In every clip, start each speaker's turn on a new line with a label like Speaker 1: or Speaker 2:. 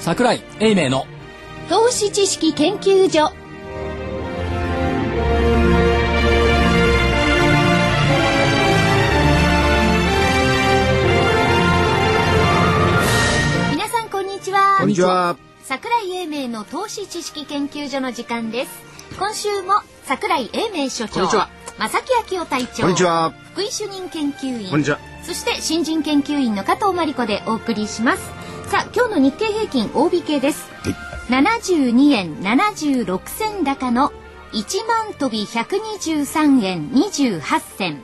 Speaker 1: 桜井英明の
Speaker 2: 投資知識研究所皆さんこんにちは
Speaker 3: こんにちは。
Speaker 2: 桜井英明の投資知識研究所の時間です今週も桜井英明所長
Speaker 3: こんにちは
Speaker 2: 正木明夫隊長
Speaker 3: こんにちは。
Speaker 2: 福井主任研究員
Speaker 3: こんにちは。
Speaker 2: そして新人研究員の加藤真理子でお送りします。さあ今日の日経平均大引けです。72円76銭高の1万飛び123円28銭。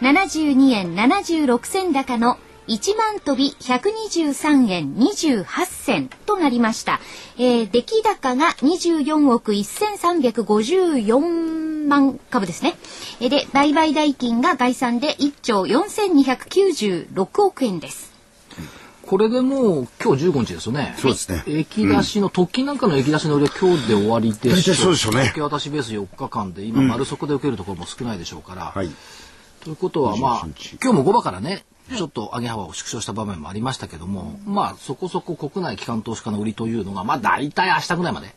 Speaker 2: 72円76銭高の1万飛び123円28銭となりました。えー、出来高が24億1354万株ですね。えーで、売買代金が概算で1兆4296億円です。
Speaker 1: これでもう今日15日ですよね。
Speaker 3: そうですね
Speaker 1: 駅出しの、突起なんかの駅出しの売りは今日で終わりで
Speaker 3: 大体そうでしょうね
Speaker 1: 受け渡しベース4日間で今丸底で受けるところも少ないでしょうから。
Speaker 3: はい。
Speaker 1: ということはまあ
Speaker 3: 28日
Speaker 1: 今日も5場からねちょっと上げ幅を縮小した場面もありましたけども、まあそこそこ国内機関投資家の売りというのがまあ大体明日ぐらいまで、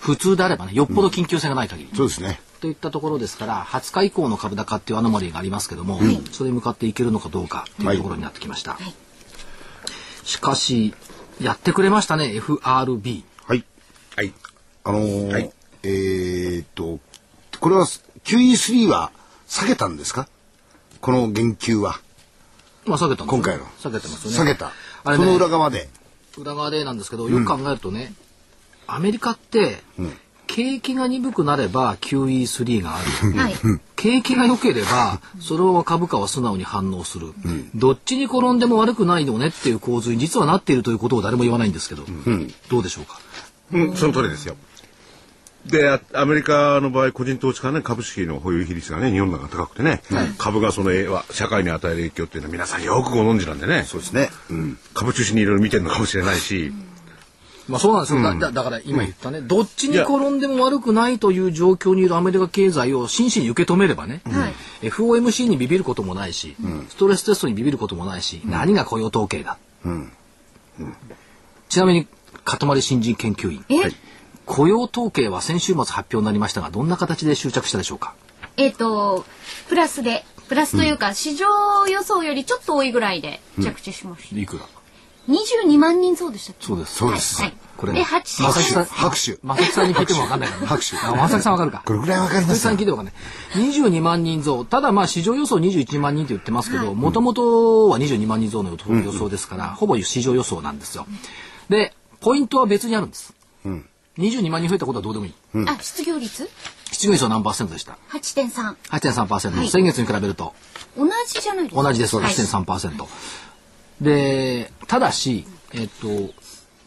Speaker 1: 普通であればねよっぽど緊急性がない限り、
Speaker 3: そうですね。
Speaker 1: といったところですから20日以降の株高っていうアノマリーがありますけども、それに向かっていけるのかどうかっていうところになってきました、しかしやってくれましたね FRB
Speaker 3: はい。
Speaker 4: はい。
Speaker 3: あのー
Speaker 4: はい
Speaker 3: えーっと、これは QE3 は下げたんですかこの言及は。
Speaker 1: まあ下げたんです
Speaker 3: 今
Speaker 1: よ
Speaker 3: 回の
Speaker 1: 下げてますよね
Speaker 3: 下げた。
Speaker 1: あれ
Speaker 3: そ
Speaker 1: ね
Speaker 3: の裏側で。
Speaker 1: 裏側でなんですけどよく考えるとね、アメリカって、景気が鈍くなれば QE3 がある
Speaker 2: はい。
Speaker 1: 景気が良ければそのまま株価は素直に反応する、どっちに転んでも悪くないよねっていう構図に実はなっているということを誰も言わないんですけど、どうでしょうか
Speaker 4: うん、その通りですよ。で、あアメリカの場合、個人投資家はね、株式の保有比率がね、日本の方が高くてね、株がその、えーわ社会に与える影響っていうのは皆さんよくご存知なんでね、
Speaker 3: そうですね。うん。
Speaker 4: 株中心にいろいろ見てるのかもしれないし、
Speaker 1: まあそうなんですよ、だだから今言ったね、どっちに転んでも悪くないという状況にいるアメリカ経済を真摯に受け止めればね、
Speaker 2: はい
Speaker 1: FOMC にビビることもないし、ストレステストにビビることもないし、何が雇用統計だ、ちなみにかとまり新人研究員
Speaker 2: え、
Speaker 1: 雇用統計は先週末発表になりましたがどんな形で執着したでしょうか
Speaker 2: えっ、と、プラスで、プラスというか、市場予想よりちょっと多いぐらいで着地しました。
Speaker 1: いくら
Speaker 2: 22万人そうでしたっけ
Speaker 1: そうです
Speaker 3: そうです
Speaker 2: はい。
Speaker 1: これ
Speaker 2: で、
Speaker 1: ね
Speaker 2: 8
Speaker 1: まさきさん
Speaker 2: 千。
Speaker 3: 拍手。
Speaker 1: 正木さんに聞いても分かんないから、ね、
Speaker 3: 拍手
Speaker 1: あ正木さん分かるか
Speaker 3: これぐらいわかりま
Speaker 1: 鈴木
Speaker 3: す
Speaker 1: さん聞いてもわかんない。22万人増。ただまあ市場予想21万人と言ってますけど、もともとは22万人増の予想ですから、ほぼ市場予想なんですよ。で、ポイントは別にあるんです。22万人増えたことはどうでもいい。
Speaker 2: あ、失業率
Speaker 1: 失業率は何パーセントでした
Speaker 2: ?8.3。
Speaker 1: ?8.3%、
Speaker 2: はい
Speaker 1: 先月に比べると
Speaker 2: 同じじゃないですか。
Speaker 1: 同じです。
Speaker 2: はい
Speaker 1: 8.3%。で、ただし、えっと、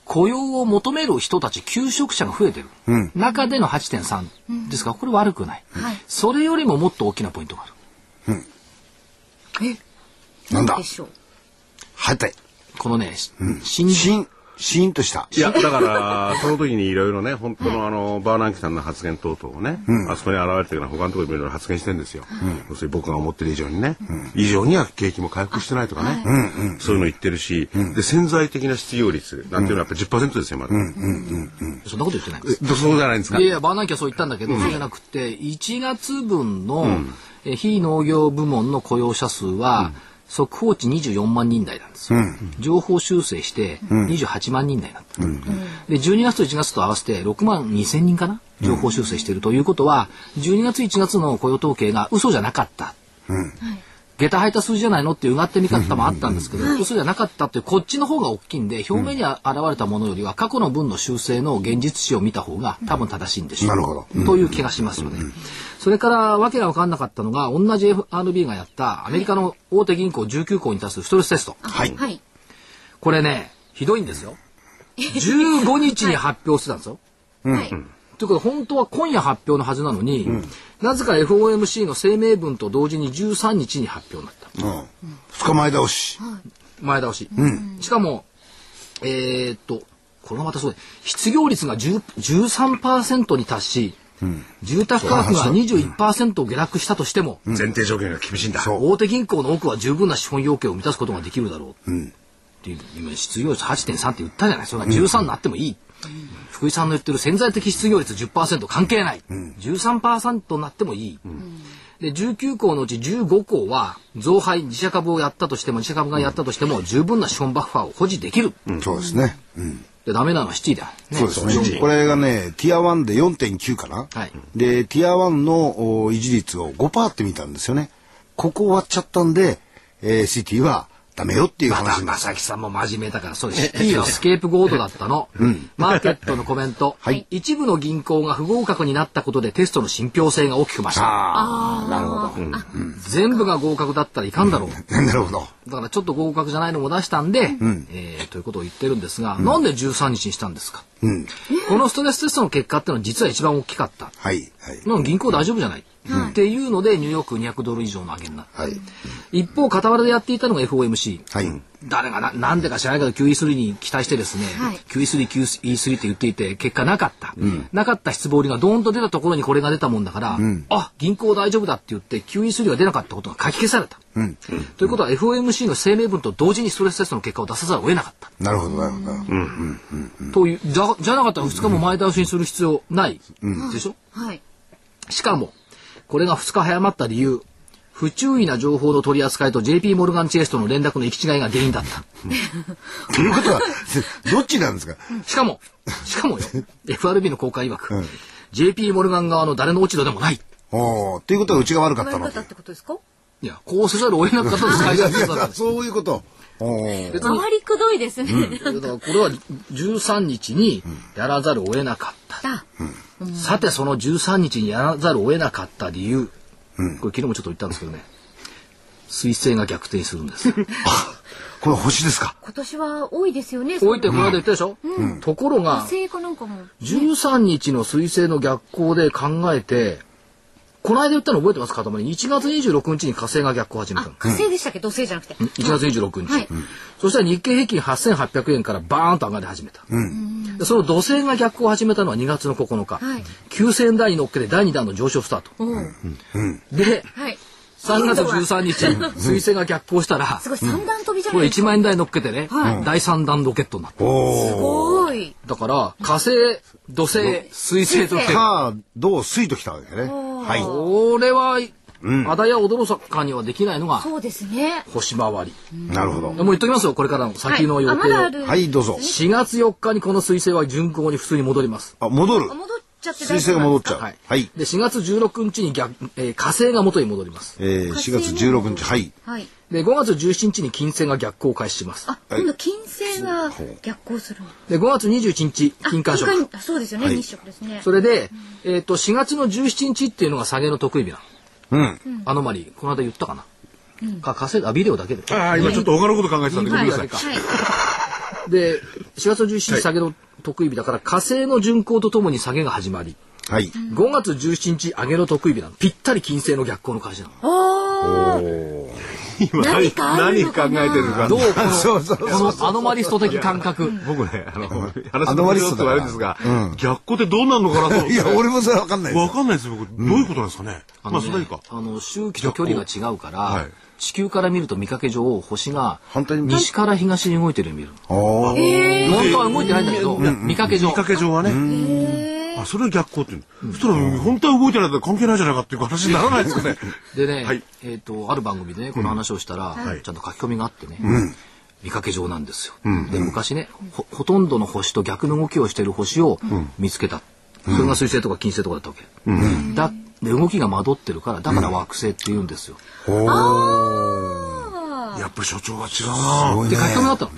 Speaker 1: 雇用を求める人たち、求職者が増えてる。中での8.3ですから、これ悪くない,、
Speaker 2: はい
Speaker 1: それよりももっと大きなポイントがある。
Speaker 2: え、
Speaker 3: なんだ
Speaker 2: でしょう。
Speaker 3: はい。
Speaker 1: このね、し新
Speaker 3: シ
Speaker 1: 人
Speaker 3: ーン、シーンとした。
Speaker 4: いや、だから、その時にいろいろね、本当のあの、バーナンキさんの発言等々をね、あそこに現れてるような他のところにもいろいろ発言してるんですよ。要するに僕が思ってる以上にね、以上には景気も回復してないとかね、そういうの言ってるし、で、潜在的な失業率なんていうのはやっぱ10%ですよ、まだ。
Speaker 1: そんなこと言ってないんです。
Speaker 4: えそうじゃないんですか
Speaker 1: いやいや、バーナンキはそう言ったんだけど、そうじゃなくて、1月分の、え非農業部門の雇用者数は、速報値24万人台なんですよ。情報修正して28万人台になった。で、12月と1月と合わせて6万2千人かな情報修正しているということは、12月1月の雇用統計が嘘じゃなかった。下駄履いた数字じゃないのっていううがって見方もあったんですけど、嘘じゃなかったっていうこっちの方が大きいんで表面にあ現れたものよりは過去の分の修正の現実史を見た方が多分正しいんでしょう、
Speaker 3: なるほど
Speaker 1: という気がしますよね。それからわけが分かんなかったのが同じ FRB がやったアメリカの大手銀行19行に対するストレステスト。
Speaker 3: はい
Speaker 2: はい。
Speaker 1: これねひどいんですよ。15日に発表してたんですよ。
Speaker 2: はい。
Speaker 1: ということで本当は今夜発表のはずなのに、なぜか FOMC の声明文と同時に13日に発表になった。
Speaker 3: うん。二日前倒し。
Speaker 1: 前倒し、しかもえーっとこれがまたそう失業率が10 13%に達し、住宅価格が21%下落したとしても、
Speaker 4: 前提条件が厳しいんだ。
Speaker 3: そう
Speaker 1: 大手銀行の多くは十分な資本要件を満たすことができるだろう、っていう今失業率8.3って言ったじゃないそれが13になってもいい、福井さんの言ってる潜在的失業率10%関係ない、13%になってもいい、で19校のうち15校は増配自社株をやったとしても自社株がやったとしても十分な資本バッファーを保持できる、
Speaker 3: そうですね。うん
Speaker 1: でダメなのはシティだ、ね
Speaker 3: そうですね。これがね、ティア1で4.9かな。
Speaker 1: はい
Speaker 3: で、ティア1のお維持率を5%って見たんですよね。ここ割っちゃったんで、えー、シティはダメよっていう
Speaker 1: ま
Speaker 3: 話
Speaker 1: た
Speaker 3: になっ
Speaker 1: ま
Speaker 3: た
Speaker 1: さきさんも真面目だからそうですシティはスケープゴートだったの、マーケットのコメント、
Speaker 3: はい
Speaker 1: 一部の銀行が不合格になったことでテストの信憑性が大きく増した
Speaker 3: ああ、なるほど。
Speaker 1: 全部が合格だったらいかんだろう、
Speaker 3: なるほど。
Speaker 1: だからちょっと合格じゃないのも出したんで、えーということを言ってるんですが、なんで13日にしたんですか、
Speaker 3: うん。
Speaker 1: このストレステストの結果っていうのは実は一番大きかった
Speaker 3: はい。はい。
Speaker 1: なんか銀行大丈夫じゃない、っていうのでニューヨーク200ドル以上の上げになった、
Speaker 3: はい。
Speaker 1: 一方傍らでやっていたのが FOMC、
Speaker 3: はい。
Speaker 1: 誰がななんでか知らないけど QE3 に期待してですね、
Speaker 5: はい
Speaker 1: QE3、QE3 って言っていて結果なかった、なかった失望売りがドーンと出たところにこれが出たもんだから、あ銀行大丈夫だって言って QE3 が出なかったことが書き消された、ということは FOMC の声明文と同時にストレステストの結果を出さざるを得なかった、
Speaker 3: なるほど、なるほど。
Speaker 1: というじゃじゃなかったら2日も前倒しにする必要ない、でしょ
Speaker 5: はい。
Speaker 1: しかも、これが2日早まった理由、不注意な情報の取り扱いと JP モルガン・チェイスとの連絡の行き違いが原因だった。
Speaker 3: ということは、 どっちなんですか
Speaker 1: しかも、しかも よ、FRB の公開曰く、JP モルガン側の誰の落ち度でもない。
Speaker 3: おーということはうちが悪かっ
Speaker 2: 考
Speaker 3: た
Speaker 2: え
Speaker 3: の。
Speaker 2: 方ってことですか
Speaker 1: いや、こうせざるを得なかったと会社
Speaker 3: いやい
Speaker 1: だ
Speaker 3: やそういうこと。おー
Speaker 1: 別に、
Speaker 5: 回りくどいですね。
Speaker 1: だからこれは13日にやらざるを得なかった。
Speaker 5: だ
Speaker 1: さてその13日にやらざるを得なかった理由、これ昨日もちょっと言ったんですけどね、彗星が逆転するんですよ。
Speaker 3: これ星ですか
Speaker 5: 今年は多いですよね。
Speaker 1: 置いてこの間言ったでしょ、ところが、
Speaker 5: 成果なんかも。
Speaker 1: 13日の彗星の逆行で考えて、この間言ったの覚えてますかたまに1月26日に火星が逆行を始めた
Speaker 2: あ
Speaker 1: の、。
Speaker 2: 火星でしたっけ土星じゃなくて。
Speaker 1: 1月26日、
Speaker 5: はい
Speaker 1: そしたら日経平均8800円からバーンと上がり始めた、でその土星が逆行を始めたのは2月の9日、
Speaker 5: はい
Speaker 1: 9000円台に乗っけて第2弾の上昇スタート、で
Speaker 2: はい。
Speaker 1: 3月13日彗星が逆行したら
Speaker 2: すごい三段飛びじゃ
Speaker 1: こ
Speaker 2: な
Speaker 1: れ
Speaker 2: いです
Speaker 1: 1
Speaker 2: か。
Speaker 1: 万円台に乗っけてね、第3弾ロケットになった
Speaker 2: すごい。
Speaker 1: だから火星土星彗星と来て
Speaker 3: か、どう水ときたわけね。はい。
Speaker 1: これは、あだや驚かにはできないのが
Speaker 5: そうですね。
Speaker 1: 星回り。
Speaker 3: なるほど。
Speaker 1: もう言っときますよ、これからの先の予
Speaker 5: あ、まだあ
Speaker 1: 定を。
Speaker 5: る。
Speaker 3: はい、どうぞ。
Speaker 1: 4月4日にこの彗星は巡航に普通に戻ります。
Speaker 3: あ、戻る
Speaker 2: あ。戻っちゃって
Speaker 3: 水
Speaker 2: 大
Speaker 3: 星
Speaker 2: 丈夫な
Speaker 3: が
Speaker 2: んで
Speaker 3: 戻っ
Speaker 2: す
Speaker 3: ちゃう。
Speaker 2: か
Speaker 1: はい。
Speaker 3: はい。
Speaker 1: で、4月16日に逆、えー火星が元に戻ります。
Speaker 3: えー、4月16日、はい。
Speaker 2: はい。
Speaker 1: で、5月17日に金星が逆行を開始します。
Speaker 2: あ、今度金星が逆行するの。
Speaker 1: で、5月21日、金環食。
Speaker 2: あそうですよね。日食ですね。
Speaker 1: それで、えっと、4月の17日っていうのが下げの得意日な
Speaker 3: うん。
Speaker 1: の。アノマリー、この間言ったかな。か、火星、あ、ビデオだけで。
Speaker 4: ああ、今ちょっと他のこと考えてたんでごめんなさい。
Speaker 2: はい。
Speaker 1: で、4月17日下げの得意日だから、火星の巡航とともに下げが始まり、
Speaker 3: はい。
Speaker 1: 5月17日上げの得意日なの。ぴったり金星の逆行の開始なの。
Speaker 4: 今何何考えてるか。
Speaker 1: どうこの
Speaker 3: そうそうそう
Speaker 1: このアノマリスト的感覚。
Speaker 4: 僕ね、あの、話
Speaker 3: ア
Speaker 4: の
Speaker 3: ドバ
Speaker 4: 内
Speaker 3: リ
Speaker 4: 容
Speaker 3: ス
Speaker 4: と
Speaker 3: ト
Speaker 4: かあ
Speaker 3: だ
Speaker 4: れ
Speaker 3: から
Speaker 4: ですが、逆光ってどうなるのかなと思っ
Speaker 3: い
Speaker 4: て。
Speaker 3: や、俺もそれわかんないで
Speaker 4: わ
Speaker 3: す。
Speaker 4: かんないですよ、僕。どういうことなんですかね。まあ、それだけか。
Speaker 1: あの、周期と距離が違うから、
Speaker 4: はい
Speaker 1: 地球から見ると見かけ上、星が
Speaker 3: 反対に
Speaker 1: 西から東に動いてるように見える。
Speaker 3: おー
Speaker 1: 本当は動いてないんだけど、見かけ上
Speaker 4: 見。かけ上はね。あ、それを逆光っていうの。そしたら、本当は動いてないと関係ないじゃないかっていう話にならないですかね。
Speaker 1: でね、
Speaker 4: はい
Speaker 1: えっ、と、ある番組でね、この話をしたら、
Speaker 4: い
Speaker 1: ちゃんと書き込みがあってね、見かけ上なんですよ。で、昔ねほ、ほとんどの星と逆の動きをしている星を見つけた。それが水星とか金星とかだったわけ。だで動きが惑ってるから、だから惑星って言うんですよ。
Speaker 4: やっぱり所長は違うな
Speaker 1: で、書き込みがあったの。で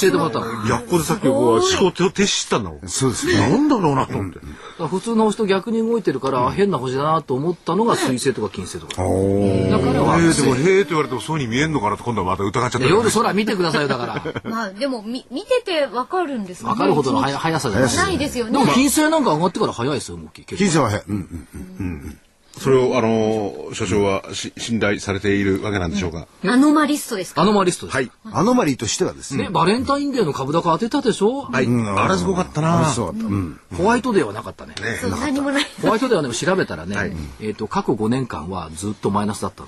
Speaker 1: 教えてもらったの。だか
Speaker 4: 逆光でさっき僕は思考手を徹したんだもん。
Speaker 3: そうですね。
Speaker 4: なんだろうなと思って。
Speaker 1: ら普通の星と逆に動いてるから、あ変な星だなと思ったのが水星とか金星とか。だから
Speaker 4: え
Speaker 1: 惑
Speaker 4: ー、でも、
Speaker 1: 星。
Speaker 4: へえと言われてもそういうふうに見えんのかなと今度はまた疑っちゃっ
Speaker 1: で
Speaker 4: て。
Speaker 1: 夜空見てくださいよ、だから。
Speaker 2: まあでもみ見ててわかるんですかね。
Speaker 1: わかる ほどの速速さじゃない。
Speaker 2: ないですよね
Speaker 1: でも金星なんか上がってから早いですよ、動き。結構
Speaker 3: 金星は早い。うんうん。
Speaker 4: それを、あの、所長はし信頼されているわけなんでしょうか。
Speaker 2: アノマリストですか。
Speaker 1: アノマリストです。
Speaker 4: はい。
Speaker 3: アノマリーとしてはですね。
Speaker 1: ね、バレンタインデーの株高当てたでしょ、
Speaker 4: はい。あれすごかったな
Speaker 3: そうだった。うん。
Speaker 1: ホワイトデーはなかったね。
Speaker 2: そう何もない。
Speaker 1: ホワイトデーはでも調べたらね、えっ、と、過去5年間はずっとマイナスだった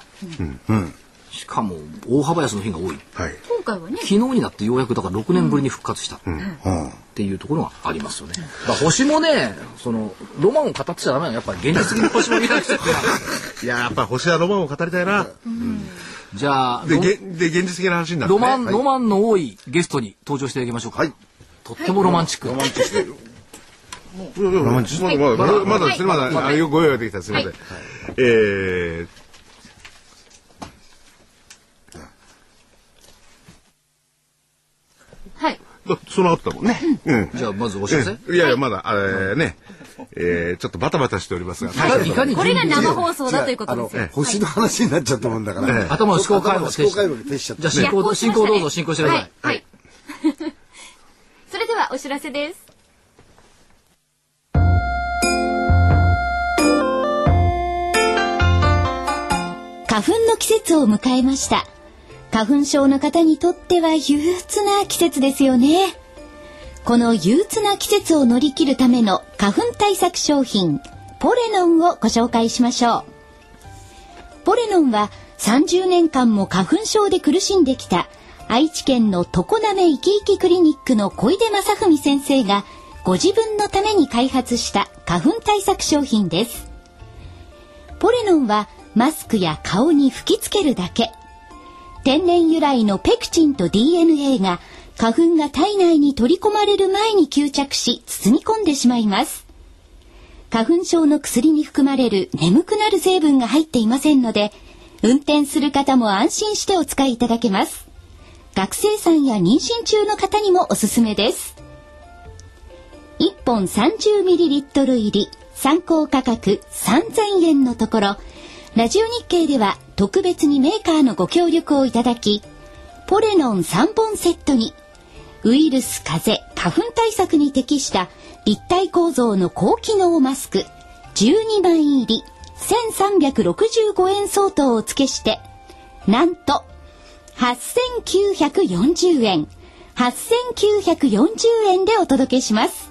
Speaker 1: の。しかも大幅安の日が多い
Speaker 4: はい。
Speaker 6: 今回はね
Speaker 1: 昨日になってようやくだから6年ぶりに復活したっていうところがありますよね。だから星もね、そのロマンを語ってちゃダメなの。やっぱり現実的に星も見なくちゃいけない。
Speaker 4: いやーやっぱ星はロマンを語りたいな。
Speaker 1: じゃあ、
Speaker 4: で、
Speaker 1: ロ
Speaker 4: げで現実的な話になる、
Speaker 1: ロ
Speaker 4: ね。
Speaker 1: マン、ロマンの多いゲストに登場していただきましょうか。
Speaker 3: はい
Speaker 1: とってもロマンチック。
Speaker 4: ロマンチック。まだまだまだですね、まだ、あよご用意ができたらすみません。えー、
Speaker 6: はい
Speaker 4: だそのあったもんね。うん。
Speaker 1: じゃあまずお知らせ。
Speaker 4: いやいや、まだ、あれね、えー、ちょっとバタバタしておりますが、
Speaker 1: いかいかに
Speaker 6: これが
Speaker 1: 準備
Speaker 6: 生放送だということですよ
Speaker 3: 星の話になっちゃったもんだから。
Speaker 1: 頭の思考回路を停止
Speaker 3: 思考回路に停止しちゃっ
Speaker 1: じゃ
Speaker 3: た
Speaker 1: あ。進行、進行どうぞ進行してください。
Speaker 6: はい、はい、 それではお知らせです
Speaker 2: 花粉の季節を迎えました花粉症の方にとっては憂鬱な季節ですよねこの憂鬱な季節を乗り切るための花粉対策商品ポレノンをご紹介しましょうポレノンは30年間も花粉症で苦しんできた愛知県の常滑いきいきクリニックの小出正文先生がご自分のために開発した花粉対策商品ですポレノンはマスクや顔に吹きつけるだけ。天然由来のペクチンと DNA が花粉が体内に取り込まれる前に吸着し包み込んでしまいます。花粉症の薬に含まれる眠くなる成分が入っていませんので、運転する方も安心してお使いいただけます。学生さんや妊娠中の方にもおすすめです。1本 30ml 入り参考価格3000円のところラジオ日経では特別にメーカーのご協力をいただきポレノン3本セットにウイルス風邪花粉対策に適した立体構造の高機能マスク12枚入り1365円相当をお付けしてなんと8940円8940円でお届けします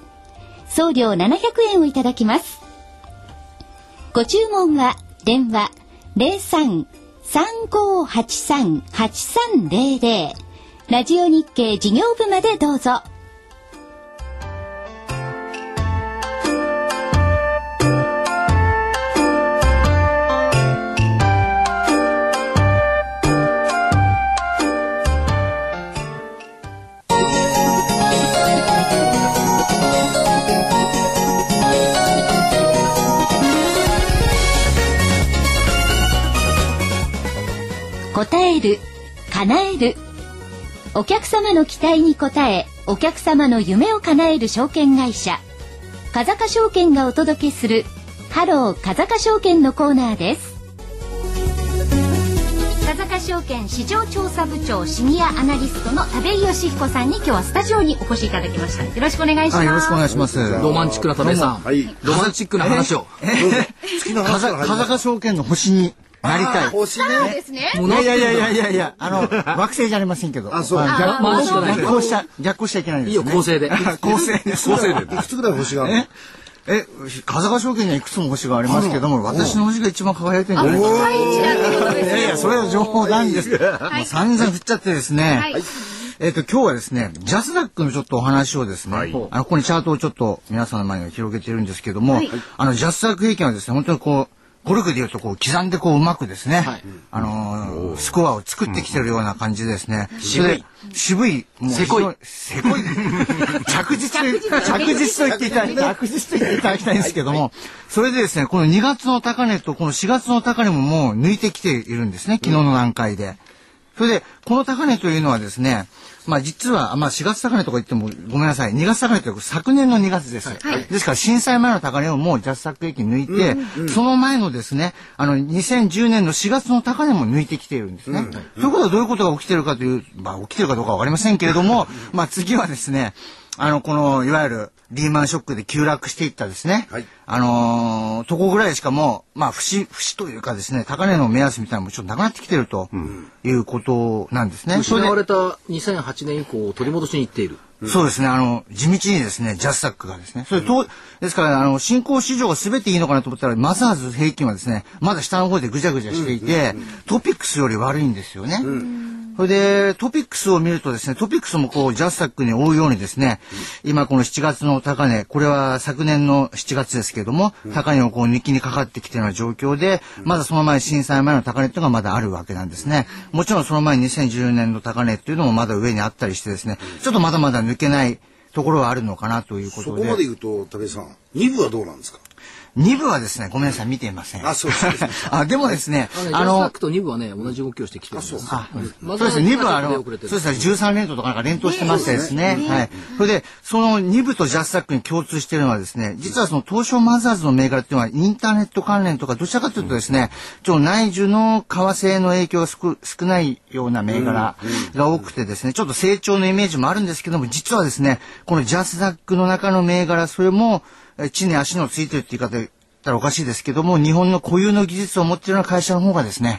Speaker 2: 送料700円をいただきますご注文は電話03-3583-8300ラジオ日経事業部までどうぞ答える叶えるお客様の期待に応えお客様の夢を叶える証券会社風賀証券がお届けするハロー風賀証券のコーナーです風賀証券市場調査部長シニアアナリストの田部井義彦さんに今日はスタジオにお越しいただきましたよろしくお願いします、
Speaker 7: はい、よろしくお願いします。
Speaker 1: ロマンチックなためさん。
Speaker 3: はい
Speaker 1: ロマンチックな話を。
Speaker 3: 好きな
Speaker 7: か
Speaker 3: 話
Speaker 7: ざ、
Speaker 3: から
Speaker 7: かざか証券の星になりたい。
Speaker 3: 星ね。
Speaker 6: ですね
Speaker 1: もう
Speaker 7: いや
Speaker 1: 何
Speaker 7: いやいやいやいやいや、あの、惑星じゃありませんけど。
Speaker 3: あそう
Speaker 7: はい
Speaker 1: あ
Speaker 7: 逆
Speaker 1: まあ
Speaker 7: 光し
Speaker 1: まあ
Speaker 7: 逆光しちゃ、逆光しちゃいけないん
Speaker 1: い
Speaker 7: で
Speaker 1: い
Speaker 7: す
Speaker 1: よ、
Speaker 7: ね。
Speaker 1: 構成で。
Speaker 7: 構成です。構成
Speaker 3: いくつぐらい星があるの
Speaker 7: ええ、風賀証券にはいくつも星がありますけども、私の星が一番輝いてるんじゃないかな。いやいや、それは情報なんですけど、もう散々振っちゃってですね。えっと、今日はですね、ジャスダックのちょっとお話をですね、
Speaker 4: はい
Speaker 7: あの、ここにチャートをちょっと皆さんの前に広げてるんですけども、あの、ジャスダック平均はですね、本当にこう、ゴルフで言うとこう、刻んでこう、うまくですね、あのースコアを作ってきてるような感じですね。渋い。渋い、もう非常に、せこい。 着実と言う、着実と言っていただきたい、着実と言っていただきたいんですけども、それでですね、この2月の高値とこの4月の高値ももう抜いてきているんですね、昨日の段階で。それで、この高値というのはですね、まあ実は、まあ4月高値とか言ってもごめんなさい、2月高値というと昨年の2月です。ですから震災前の高値をもうジャスタック駅抜いて、その前のですね、あの2010年の4月の高値も抜いてきているんですね。ということはどういうことが起きてるかという、まあ起きてるかどうかわかりませんけれども、まあ次はですね、あの、この、いわゆる、リーマンショックで急落していったですね、
Speaker 4: はい
Speaker 7: あのーとこぐらいしかもう、まあ、節、節というかですね、高値の目安みたいなのもちょっとなくなってきてると、いうことなんですね。
Speaker 1: 失
Speaker 7: それで
Speaker 1: われた2008年以降を取り戻しに行っている。
Speaker 7: そうですね、あの、地道にですね、ジャスタックがですね、それと、ですから、あの、新興市場が全ていいのかなと思ったら、マザーズ平均はですね、まだ下の方でぐちゃぐちゃしていて、トピックスより悪いんですよね。それで、トピックスを見るとですね、トピックスもこう、ジャスタックに追うようにですね、今この7月の高値、これは昨年の7月ですけれども、高値をこう、抜きにかかってきているような状況で、まだその前、震災前の高値というのがまだあるわけなんですね。もちろんその前2014年の高値っていうのもまだ上にあったりしてですね、ちょっとまだまだ抜けないところはあるのかなというこ
Speaker 3: そ
Speaker 7: と
Speaker 3: こまで
Speaker 7: で。
Speaker 3: 言うと、武井さん、二部はどうなんですか
Speaker 7: 2部はですね、ごめんなさい、見ていません。
Speaker 3: あそうですそうで
Speaker 7: あ、でもですね
Speaker 1: あのね、ジャ
Speaker 7: あ
Speaker 1: スタッ
Speaker 7: の
Speaker 1: ク、と2部はね、同じ動きをしてきてるんです。
Speaker 7: あ
Speaker 1: ま
Speaker 7: そう
Speaker 1: だ
Speaker 7: ですね、2部はあ
Speaker 1: ちょ
Speaker 7: の、
Speaker 1: っと出遅
Speaker 7: そう
Speaker 1: れて
Speaker 7: で
Speaker 1: る
Speaker 7: すね、13連投とかなんか連投してましてですね、はい。それで、その2部とジャスタックに共通しているのはですね、実はその東証マザーズの銘柄っていうのはインターネット関連とか、どちらかというとですね、ちょっと内需の為替の影響が少少ないような銘柄が多くてですね、ちょっと成長のイメージもあるんですけども、実はですね、このジャスダックの中の銘柄、それも、え地に足のついてるって言い方で言ったらおかしいですけども、日本の固有の技術を持っているような会社の方がですね、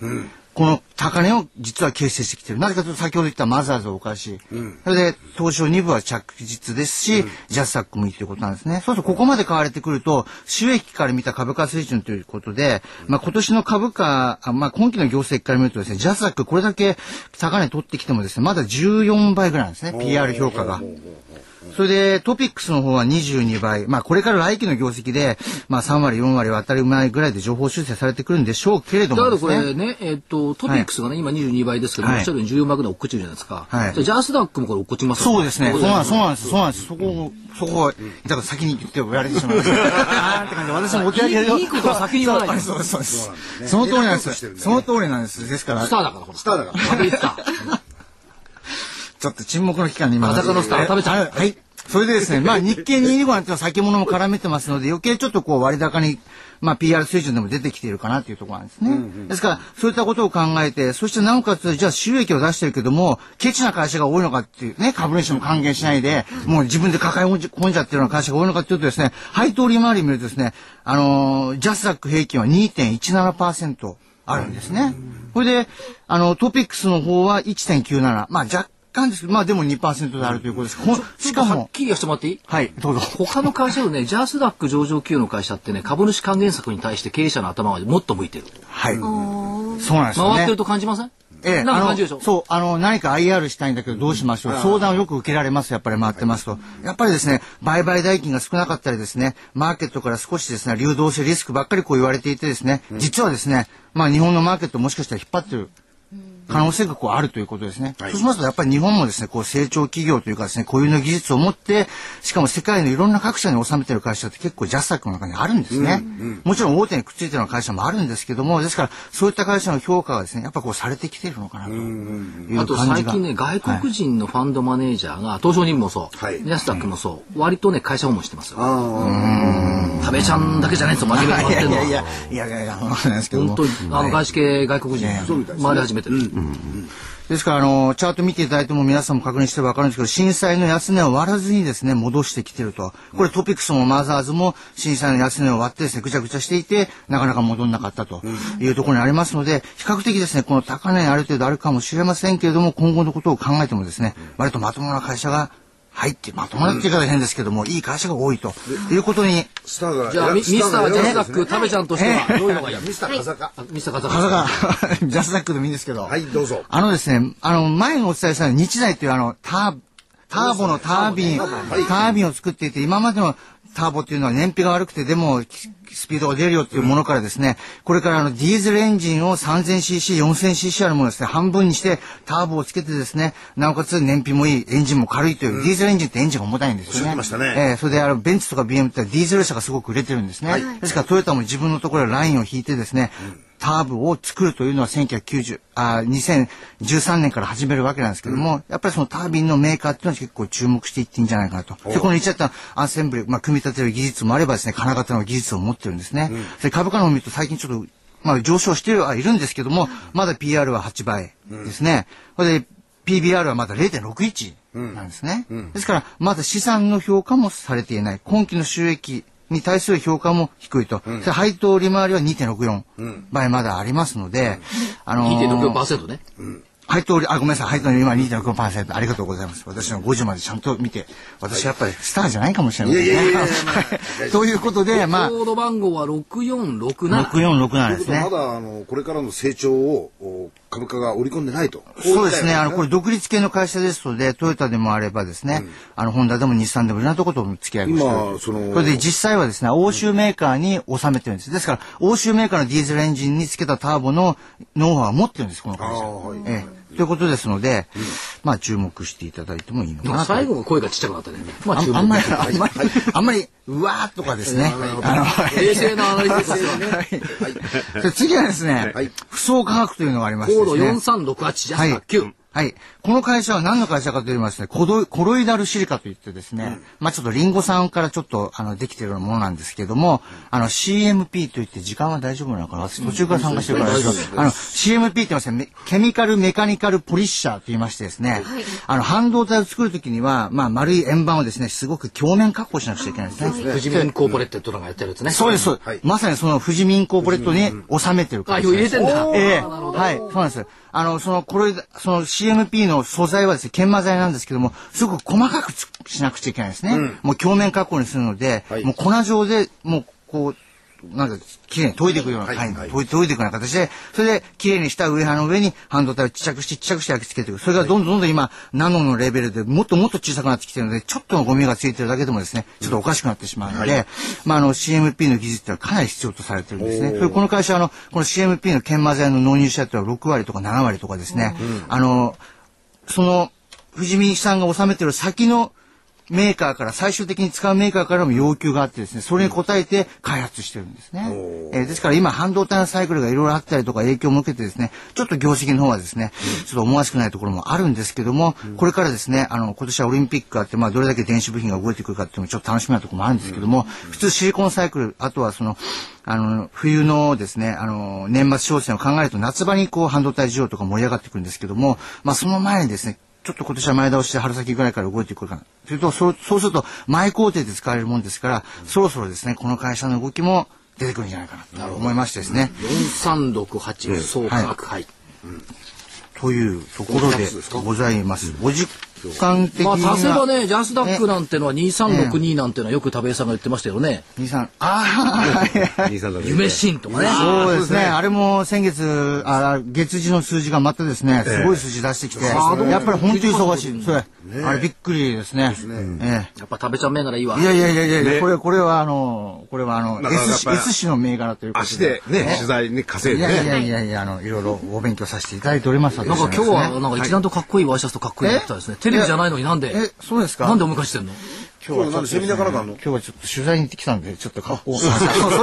Speaker 7: この高値を実は形成してきてる。なぜかというと先ほど言ったマザーズはおかしい。それで、東証2部は着実ですし、ジャスタックもいいということなんですね。そうするとここまで買われてくると、収益から見た株価水準ということで、まあ今年の株価、あまあ今期の業績から見るとですね、ジャスタックこれだけ高値取ってきてもですね、まだ14倍ぐらいなんですね、PR 評価が。それでトピックスの方は22倍、まあ、これから来期の業績で、まあ、3割、4割は当たり前ぐらいで情報修正されてくるんでしょうけれど
Speaker 1: だ
Speaker 7: も
Speaker 1: か
Speaker 7: で
Speaker 1: ら
Speaker 7: す
Speaker 1: これ
Speaker 7: ね、
Speaker 1: ね、えっと、トピックスがね、今22倍ですけど、
Speaker 7: はい
Speaker 1: おっしゃるように14倍ぐらい落っこちるじゃないですか。
Speaker 7: はい
Speaker 1: じゃあジャスダックもこれ落っこちますよ
Speaker 7: そうですね、
Speaker 1: こ
Speaker 7: そう
Speaker 1: こ
Speaker 7: なんです、そうなんです、そうなんです、そこを、そこを、だから先に言っておられてしまいました。あーって感じで、私も起き上げるよ
Speaker 1: いいいいことを先に言わないと
Speaker 7: そうそうですそうです。その通りな
Speaker 3: 狙い
Speaker 7: んで
Speaker 3: 撃ちしてるん
Speaker 7: す。
Speaker 3: だ
Speaker 7: その通りなんです。ですから、
Speaker 1: スター
Speaker 7: ち
Speaker 1: だから、この
Speaker 3: スターだから。
Speaker 1: また言った。
Speaker 7: ょっと沈黙の期間に今。
Speaker 1: 裸のスター食べちゃう
Speaker 7: はいはい。それで ですね、まあ日経225なんていうのは先物も絡めてますので、余計ちょっとこう割高に、まあ PR 水準でも出てきているかなというところなんですね。ですから、そういったことを考えて、そしてなおかつ、じゃあ収益を出してるけども、ケチな会社が多いのかっていうね、株主も還元しないで、もう自分で抱え込んじゃってるような会社が多いのかっていうとですね、配当利回り見るとですね、あのージャスダック平均は2.17%あるんですね。これで、あの、トピックスの方は1.97。まあ若干ですけど、まあでも2%であるということです。ほんしか
Speaker 1: はっ
Speaker 7: も、
Speaker 1: きり言わせてもらっていい
Speaker 7: はい、どうぞ。
Speaker 1: 他の会社のね、ジャスダック上場企業の会社ってね、株主還元策に対して経営者の頭がもっと向いてる。
Speaker 7: はい。そうなんですよね。
Speaker 1: 回ってると感じません
Speaker 7: え
Speaker 1: な
Speaker 7: え、
Speaker 1: んか
Speaker 7: あ
Speaker 1: 感
Speaker 7: の
Speaker 1: じるでしょ
Speaker 7: そう、あの、何か IR したいんだけどどうしましょう。相談をよく受けられます。やっぱり回ってますと。やっぱりですね、売買代金が少なかったりですね、マーケットから少しですね、流動性リスクばっかりこう言われていてですね、実はですね、まあ日本のマーケットもしかしたら引っ張ってる。可能性がこうあるということですね。そうしますと、やっぱり日本もですね、こう成長企業というかですね、固有の技術を持って、しかも世界のいろんな各社に収めてる会社って結構ジャスタックの中にあるんですね。もちろん大手にくっついてるような会社もあるんですけども、ですから、そういった会社の評価がですね、やっぱこうされてきてるのかなという
Speaker 1: あ
Speaker 7: 感じ
Speaker 1: と
Speaker 7: が。
Speaker 1: 最近ね、外
Speaker 7: はい
Speaker 1: 国人のファンドマネージャーが、東証にもそう、
Speaker 3: はい
Speaker 1: ジャスダックもそう、割とね、会社訪問してますよ。
Speaker 3: あ
Speaker 1: 食べちゃんだけじゃないんですよ、真面目に回ってる
Speaker 7: い
Speaker 1: の
Speaker 7: や
Speaker 1: は。
Speaker 7: いやいやいやいや、そうなんですけども
Speaker 1: 本当に、あ
Speaker 7: は
Speaker 1: の、
Speaker 7: い
Speaker 1: 外資系外国人
Speaker 7: ね、
Speaker 1: 回り始めてる。
Speaker 7: ですから、あの、チャート見ていただいても皆さんも確認してわかるんですけど、震災の安値を割らずにですね、戻してきてると。これトピックスもマザーズも震災の安値を割ってですね、ぐちゃぐちゃしていて、なかなか戻んなかったというところにありますので、比較的ですね、この高値ある程度あるかもしれませんけれども、今後のことを考えてもですね、割とまともな会社が入って、まともなって言い方は変ですけども、いい会社が多いということに、
Speaker 3: スターが。
Speaker 1: じゃあ、ミミスター、ジャスダック、
Speaker 3: 食
Speaker 1: 食べちゃんとしては、どういうのがいい
Speaker 3: ミスター風か。
Speaker 1: あミスター風
Speaker 7: 風
Speaker 1: 間
Speaker 7: が、 ジャスダックでもいいんですけど。
Speaker 3: はい、どうぞ。
Speaker 7: あのですね、あの、前にお伝えした日大というあの、ター、ターボのタービン、タービンを作っていて、今までのターボっていうのは燃費が悪くて、でも、きスピードが出るよっていうものからですね、これからあの、ディーゼルエンジンを 3000cc、4000cc あるものをですね、半分にして、ターボをつけてですね、なおかつ燃費もいい、エンジンも軽いという、ディーゼルエンジンってエンジンが重たいんですよね。
Speaker 3: おっしゃってましたね
Speaker 7: えええーそれであのベンツとか BM ってディーゼル車がすごく売れてるんですね、ですからトヨタも自分のところでラインを引いてですね、ターブを作るというのは1990あー2013年から始めるわけなんですけども、やっぱりそのタービンのメーカーっていうのは結構注目していっていいんじゃないかなとでこの言っちゃったアンセンブル、まあ、組み立てる技術もあればですね金型の技術を持ってるんですね、で株価の方を見ると最近ちょっとまあ上昇してはいるんですけども、まだ PR は8倍ですね。これで PBR はまだ0.61なんですね。ですから、まだ資産の評価もされていない。今期の収益に対する評価も低いと。で配当利回りは2.64倍まだありますので、あのー
Speaker 1: 2.64%ね。
Speaker 7: 配当利、あ、ごめんなさい、配当利回り2.65%。ありがとうございます。私の5時までちゃんと見て、私やっぱりスターじゃないかもしれないですね。はいということで、まあ、
Speaker 1: コード番号は6467。
Speaker 7: 6467です
Speaker 3: という
Speaker 7: ね
Speaker 3: こと。はまだあのこれからの成長をお株価が織り込んでないと。
Speaker 7: そうですね。あの、こ
Speaker 3: れ
Speaker 7: れ独立系の会社ですので、トヨタでもあればですね、あの、ホンダでも日産でもいろんなとことも付き合いをしてお
Speaker 3: 今
Speaker 7: る
Speaker 3: その
Speaker 7: これで実際はですね、欧州メーカーに納めてるんです。ですから、欧州メーカーのディーゼルエンジンにつけたターボのノウハウを持ってるんです、この会社。ええということですので、まあ、注目していただいてもいいの
Speaker 1: で
Speaker 7: か
Speaker 1: も
Speaker 7: なと。
Speaker 1: 最後の声がちっちゃくなったね。まあ
Speaker 7: あ
Speaker 1: 注
Speaker 7: ん
Speaker 1: 目
Speaker 7: あんまり、あんまり、あんまり、うわーとかですね。あのはい
Speaker 1: 冷静なアナリティクスですね。
Speaker 7: はいで次はですね、不相価格というのがありまして
Speaker 1: コー
Speaker 7: で
Speaker 1: ド
Speaker 7: すね。
Speaker 1: 4368ジャスタ9。
Speaker 7: はい。この会社は何の会社かと言いますとね、コロイコロイダルシリカといってですね、まあちょっとリンゴさんからちょっとあのできてるようなものなんですけども、あの CMP といって時間は大丈夫なのかな私途中から参加してるから大丈夫。あの CMP って言いますね、メケミカルメカニカルポリッシャーと言いましてですね、あの半導体を作るときには、まあ丸い円盤をですね、すごく鏡面確保しなくちゃいけないんですね。
Speaker 1: 富士ンコーポレットとかがやってるやつね。
Speaker 7: そうです、そうですまさにその富士民コーポレットに収めてる
Speaker 1: あ、
Speaker 7: 会社
Speaker 1: 今
Speaker 7: です
Speaker 1: 入れてんだ。
Speaker 7: ええはい、そうなんです。あの、その、これ、その CMP の素材はですね、研磨剤なんですけども、すごく細かくつしなくちゃいけないですね。もう表面加工にするので、もう粉状で、もう、こう、なんか、綺麗に研いでいくような、はい、研い研いでいくような形で、それで、綺麗にしたウレハの上に半導体をちっちゃくして、ちっちゃくして焼き付けていく。それがどんどんどんどん今、ナノのレベルでもっともっと小さくなってきてるので、ちょっとのゴミがついてるだけでもですね、ちょっとおかしくなってしまうので、まあ、あの、CMP の技術ってのはかなり必要とされてるんですね。それこの会社は、あの、この CMP の研磨剤の納入者ってのは6割とか7割とかですね、あの、その、藤見さんが納めてる先のメーカーから、最終的に使うメーカーからも要求があってですね、それに応えて開発してるんですね。えーですから今、半導体のサイクルがいろいろあったりとか影響を受けてですね、ちょっと業績の方はですね、ちょっと思わしくないところもあるんですけども、これからですね、あの、今年はオリンピックがあって、まあ、どれだけ電子部品が動いてくるかっていうのもちょっと楽しみなところもあるんですけども、普通シリコンサイクル、あとはその、あの、冬のですね、あの、年末商戦を考えると夏場にこう、半導体需要とか盛り上がってくるんですけども、まあ、その前にですね、ちょっと今年は前倒しで春先ぐらいから動いてくるかな。というと、そうそうすると前工程で使われるもんですから、そろそろですね、この会社の動きも出てくるんじゃないかなと思いましてですね。
Speaker 1: 4368総価格配。
Speaker 7: というところでございます。お時間的に
Speaker 1: ま
Speaker 7: は。
Speaker 1: あ足せばね、ジャスダックなんてのは2362なんてのはよく田部井さんが言ってましたよね。
Speaker 7: 兄さん、ああ、
Speaker 4: 兄さんだけ
Speaker 1: 夢新とかね。
Speaker 7: そうですね。あれも先月、あ月次の数字がまたですね、すごい数字出してきて、やっぱり本当に忙しい。それ、あれびっくりですね。え
Speaker 1: やっぱ田部井ちゃん銘柄いいわ
Speaker 7: えい。やいやいやいや、これ、これはあの、これはあの、
Speaker 4: なかなか
Speaker 7: S 氏、
Speaker 4: やっぱり
Speaker 7: S 氏の銘柄ということで。
Speaker 4: 足でね、取材に稼い
Speaker 7: い
Speaker 4: で
Speaker 7: やい
Speaker 4: ね。
Speaker 7: やいやいや、あの、いろいろお勉強させていただいております。なん
Speaker 1: なんか今日はなんか一段とかっこいいワイシャツとかっこいいの
Speaker 7: え
Speaker 1: 着たですね。テレビじゃないのになんで、
Speaker 7: え、そうですか
Speaker 1: なんでお迎えしてんの
Speaker 3: 今日はなんでセミナーかなんかあんの
Speaker 7: 今日はちょっと取材に行ってきたんで、ちょっと格好。そうい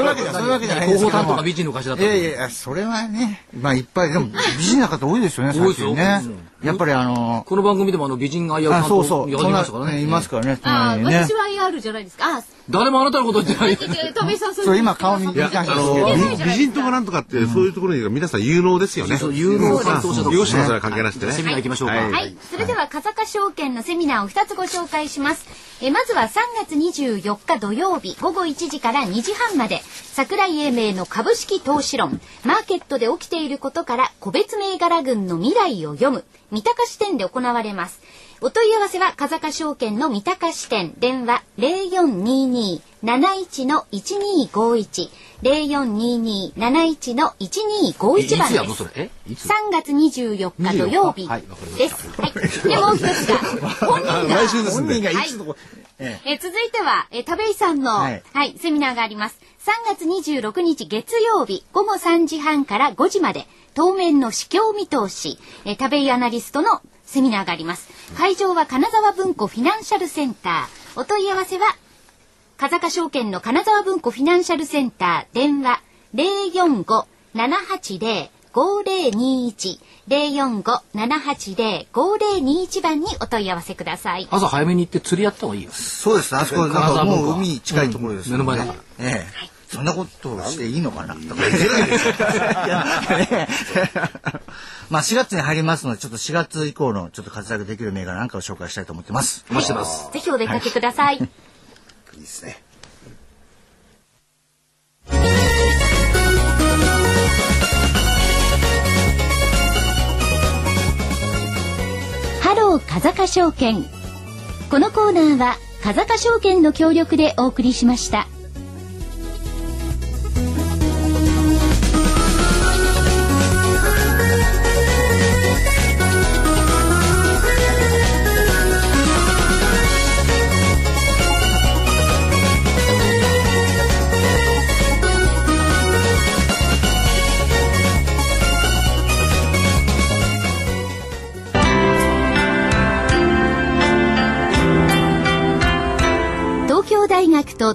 Speaker 7: うわけじゃ、そういうわけじゃないです
Speaker 1: 広報
Speaker 7: けど
Speaker 1: 担
Speaker 7: も
Speaker 1: 当が美人の会社だっ
Speaker 7: い
Speaker 1: たの
Speaker 7: やいやいや、それはね、まあいっぱい、でも美人な方多いですよね、
Speaker 1: 多い
Speaker 7: 最
Speaker 1: ですよ
Speaker 7: 近ね。やっぱりあの、
Speaker 1: この番組でもあの美人が危うい
Speaker 7: あ、
Speaker 1: 担
Speaker 7: そう
Speaker 1: 当
Speaker 7: そ
Speaker 1: を
Speaker 7: う、
Speaker 1: やって
Speaker 7: そ
Speaker 1: み
Speaker 7: ん
Speaker 1: ま
Speaker 7: な
Speaker 1: したからね。
Speaker 7: ねいますからね、
Speaker 2: ああ、
Speaker 7: 隣にね
Speaker 2: 私。は IR じゃないですか。あ、
Speaker 1: 誰もあなたのこと言ってない。
Speaker 2: 田部井さん、
Speaker 7: そう、今顔見見
Speaker 4: い
Speaker 7: た
Speaker 4: や、
Speaker 7: んで
Speaker 4: あ
Speaker 7: すけ
Speaker 4: の、
Speaker 7: ど、
Speaker 4: 美美人とかなんとかって、そういうところに皆さん有能ですよね。
Speaker 1: そう有能
Speaker 4: さ
Speaker 1: 担当者と
Speaker 4: ん。有志のそれは関係なしでね。
Speaker 1: セミナー行きましょうか。
Speaker 4: はい
Speaker 2: はい。それでは、風賀証券のセミナーを2つご紹介します。えーまずは3月24日土曜日午後1時から2時半まで、桜井英明の株式投資論、マーケットで起きていることから個別銘柄群の未来を読む、三鷹支店で行われます。お問い合わせは、風賀証券の三鷹支店、電話0422-71-1251、
Speaker 1: いいつ
Speaker 2: 0422-71-1251番
Speaker 1: や
Speaker 2: で
Speaker 1: るのそ
Speaker 2: す
Speaker 1: れ。。えいつ
Speaker 2: 3月24日土曜日
Speaker 1: 24はいわかりました
Speaker 2: です。はい。で、もう一つが、本人が、
Speaker 4: 来週ですんで。
Speaker 2: はい。えー続いては、えー、田部井さんの、は
Speaker 7: はいい、
Speaker 2: セミナーがあります。3月26日月曜日、午後3時半から5時まで、当面の市況見通し、えー、田部井アナリストのセミナーがあります。会場は金沢文庫フィナンシャルセンター。お問い合わせは、風賀証券の金沢文庫フィナンシャルセンター電話045-780-5021 045-780-5021番にお問い合わせください。
Speaker 1: 朝早めに行って釣りやった方がいいよ。
Speaker 7: そうです、あそこ、なんかもう海に近いところです、
Speaker 1: うん目の前だから
Speaker 7: ええ。 そんなことをしていいのかなとか言ってるわけですよいやね まあ4月に入りますので、ちょっと4月以降のちょっと活躍できる銘柄なんかを紹介したいと思ってます。
Speaker 1: お待ちしてます。
Speaker 2: ぜひお出かけください。
Speaker 3: いいですね。
Speaker 2: ハロー風賀証券。このコーナーは風賀証券の協力でお送りしました。東京大学と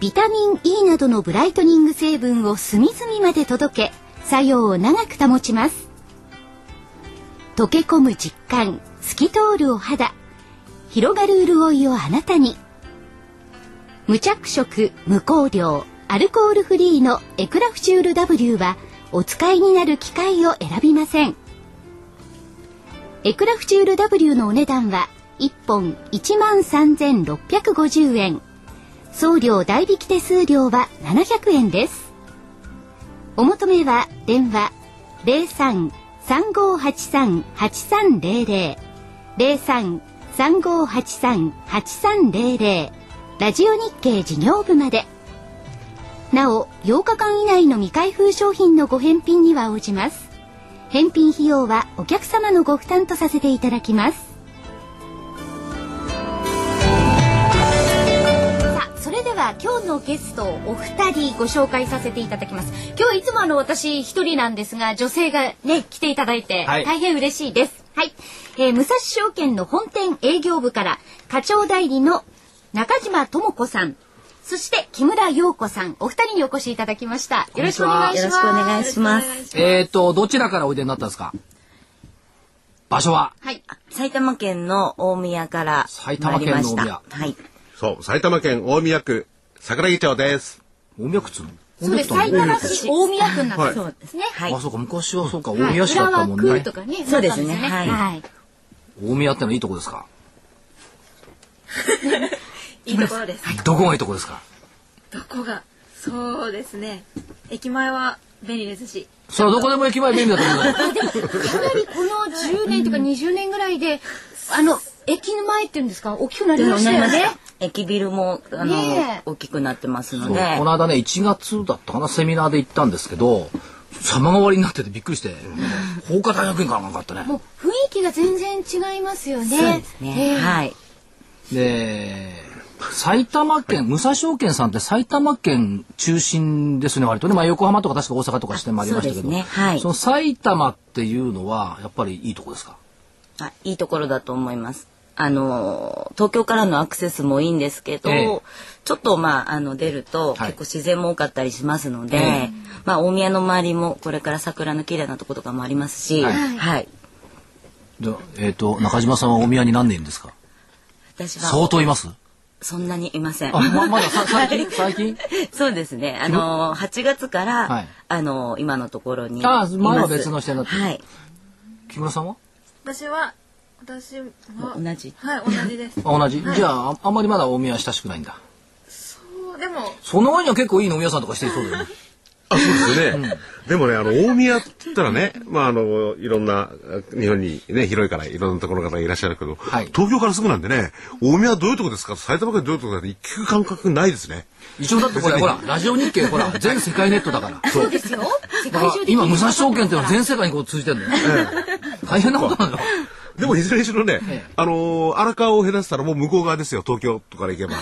Speaker 2: ビタミン E などのブライトニング成分を隅々まで届け作用を長く保ちます溶け込む実感透き通るお肌広がる潤いをあなたに無着色無香料アルコールフリーのエクラフチュール W はお使いになる機械を選びませんエクラフチュール W のお値段は1本13,650円送料代引き手数料は700円です。お求めは電話03-3583-8300 03-3583-8300ラジオ日経事業部まで。なお、8日間以内の未開封商品のご返品には応じます。返品費用はお客様のご負担とさせていただきます。さあそれでは今日のゲストをお二人ご紹介させていただきます今日いつもあの私一人なんですが女性がね来ていただいて
Speaker 1: はい
Speaker 2: 大変嬉しいですはい、えー武蔵証券の本店営業部から課長代理の中島智子さんそして木村陽子さんお二人にお越しいただきましたよろしくお願いします
Speaker 8: よろしくお願いします
Speaker 1: えっ、と、どちらからおいでになったんですか場所は
Speaker 2: はい
Speaker 8: 埼玉県の大宮から
Speaker 1: 埼玉
Speaker 8: 参り
Speaker 1: 県
Speaker 8: ま
Speaker 1: の大
Speaker 8: し
Speaker 1: 宮
Speaker 8: た。はい。
Speaker 4: そう、埼玉県大宮区桜木町です。
Speaker 1: 大宮靴の大
Speaker 2: そ
Speaker 1: 宮
Speaker 2: れ
Speaker 1: 靴な
Speaker 2: 埼
Speaker 1: の
Speaker 2: 玉市大宮区になってます
Speaker 8: そうですね。はい
Speaker 1: あ、。そうか、昔はそうか、大
Speaker 2: はい
Speaker 1: 宮市だ
Speaker 2: 浦
Speaker 1: った
Speaker 2: 和
Speaker 1: もん
Speaker 2: 区
Speaker 1: ね
Speaker 2: と。かね
Speaker 8: そうですね
Speaker 2: なったん
Speaker 8: はい
Speaker 2: はい
Speaker 1: 大宮ってのはいいとこですか
Speaker 9: いいところです。
Speaker 1: どこがいいとこですか
Speaker 9: どこが。そうですね。駅前は便利ですし。
Speaker 1: それはどこでも駅前便利だと思うよ。
Speaker 2: かなりこの10年とか20年ぐらいで、あの、駅の前っていうんですか、大きくなりましたよね。
Speaker 8: 駅ビルも、あの
Speaker 2: ねえ、
Speaker 8: 大きくなってますの
Speaker 1: そうこの
Speaker 8: で。
Speaker 1: 間ね1月だったかなセミナーで行ったんですけど様変わりになっててびっくりして法科大学院からなんかあったね
Speaker 2: もう雰囲気が全然違いますよね。
Speaker 8: そうです
Speaker 2: え
Speaker 8: ね。
Speaker 2: え
Speaker 8: はい。
Speaker 1: で埼玉県武蔵証券さんって埼玉県中心ですね割とね、まあ、横浜とか確か大阪とかしてまいりましたけど
Speaker 8: そうですねはい
Speaker 1: その埼玉っていうのはやっぱりいいとこですか
Speaker 8: あいいところだと思います。あの東京からのアクセスもいいんですけど、
Speaker 1: ええ
Speaker 8: ちょっとまああの出る
Speaker 1: は
Speaker 8: と
Speaker 1: い
Speaker 8: 結構自然も多かったりしますので、
Speaker 1: え
Speaker 8: まあ大宮の周りもこれから桜の綺麗なとことかもありますし、
Speaker 1: は
Speaker 8: はいい、
Speaker 1: じゃあえっ、と中島さんはお宮に何年ですか
Speaker 8: 私
Speaker 1: 相
Speaker 8: は
Speaker 1: 当います
Speaker 8: そんなにいません。
Speaker 1: あままだ さ最近最近
Speaker 8: そうですね。あの8月から、
Speaker 1: はい
Speaker 8: あの今のところにい
Speaker 1: あ
Speaker 8: ます。
Speaker 1: 前は別の視点だった
Speaker 8: はい。
Speaker 1: 木村さんは
Speaker 9: 私は、私は、
Speaker 8: 同じ
Speaker 9: はい、同じです。
Speaker 1: あ同じ、じゃあああんまりまだお宮は親しくないんだ
Speaker 9: そうでも、
Speaker 1: その割には結構いい飲み屋さんとかしていそうだよ ね
Speaker 4: あ、そうですね。でもね、あの、大宮って言ったらね、まあ、あの、いろんな、日本にね、広いから、いろんなところからいらっしゃるけど、
Speaker 1: はい
Speaker 4: 東京からすぐなんでね、大宮はどういうとこですか埼玉県どういうとこだって聞く感覚ないですね。
Speaker 1: 一応だって これほらラジオ日経ほら全世界ネットだから
Speaker 2: そうですよ。世
Speaker 1: だから
Speaker 2: 界中で。
Speaker 1: 今武蔵証券っていうのは全世界にこう通じて るのよ大変なことなのよ
Speaker 4: でもいずれにしろね、
Speaker 1: ええ
Speaker 4: あのー荒川を隔てたらもう向こう側ですよ、東京とかから行け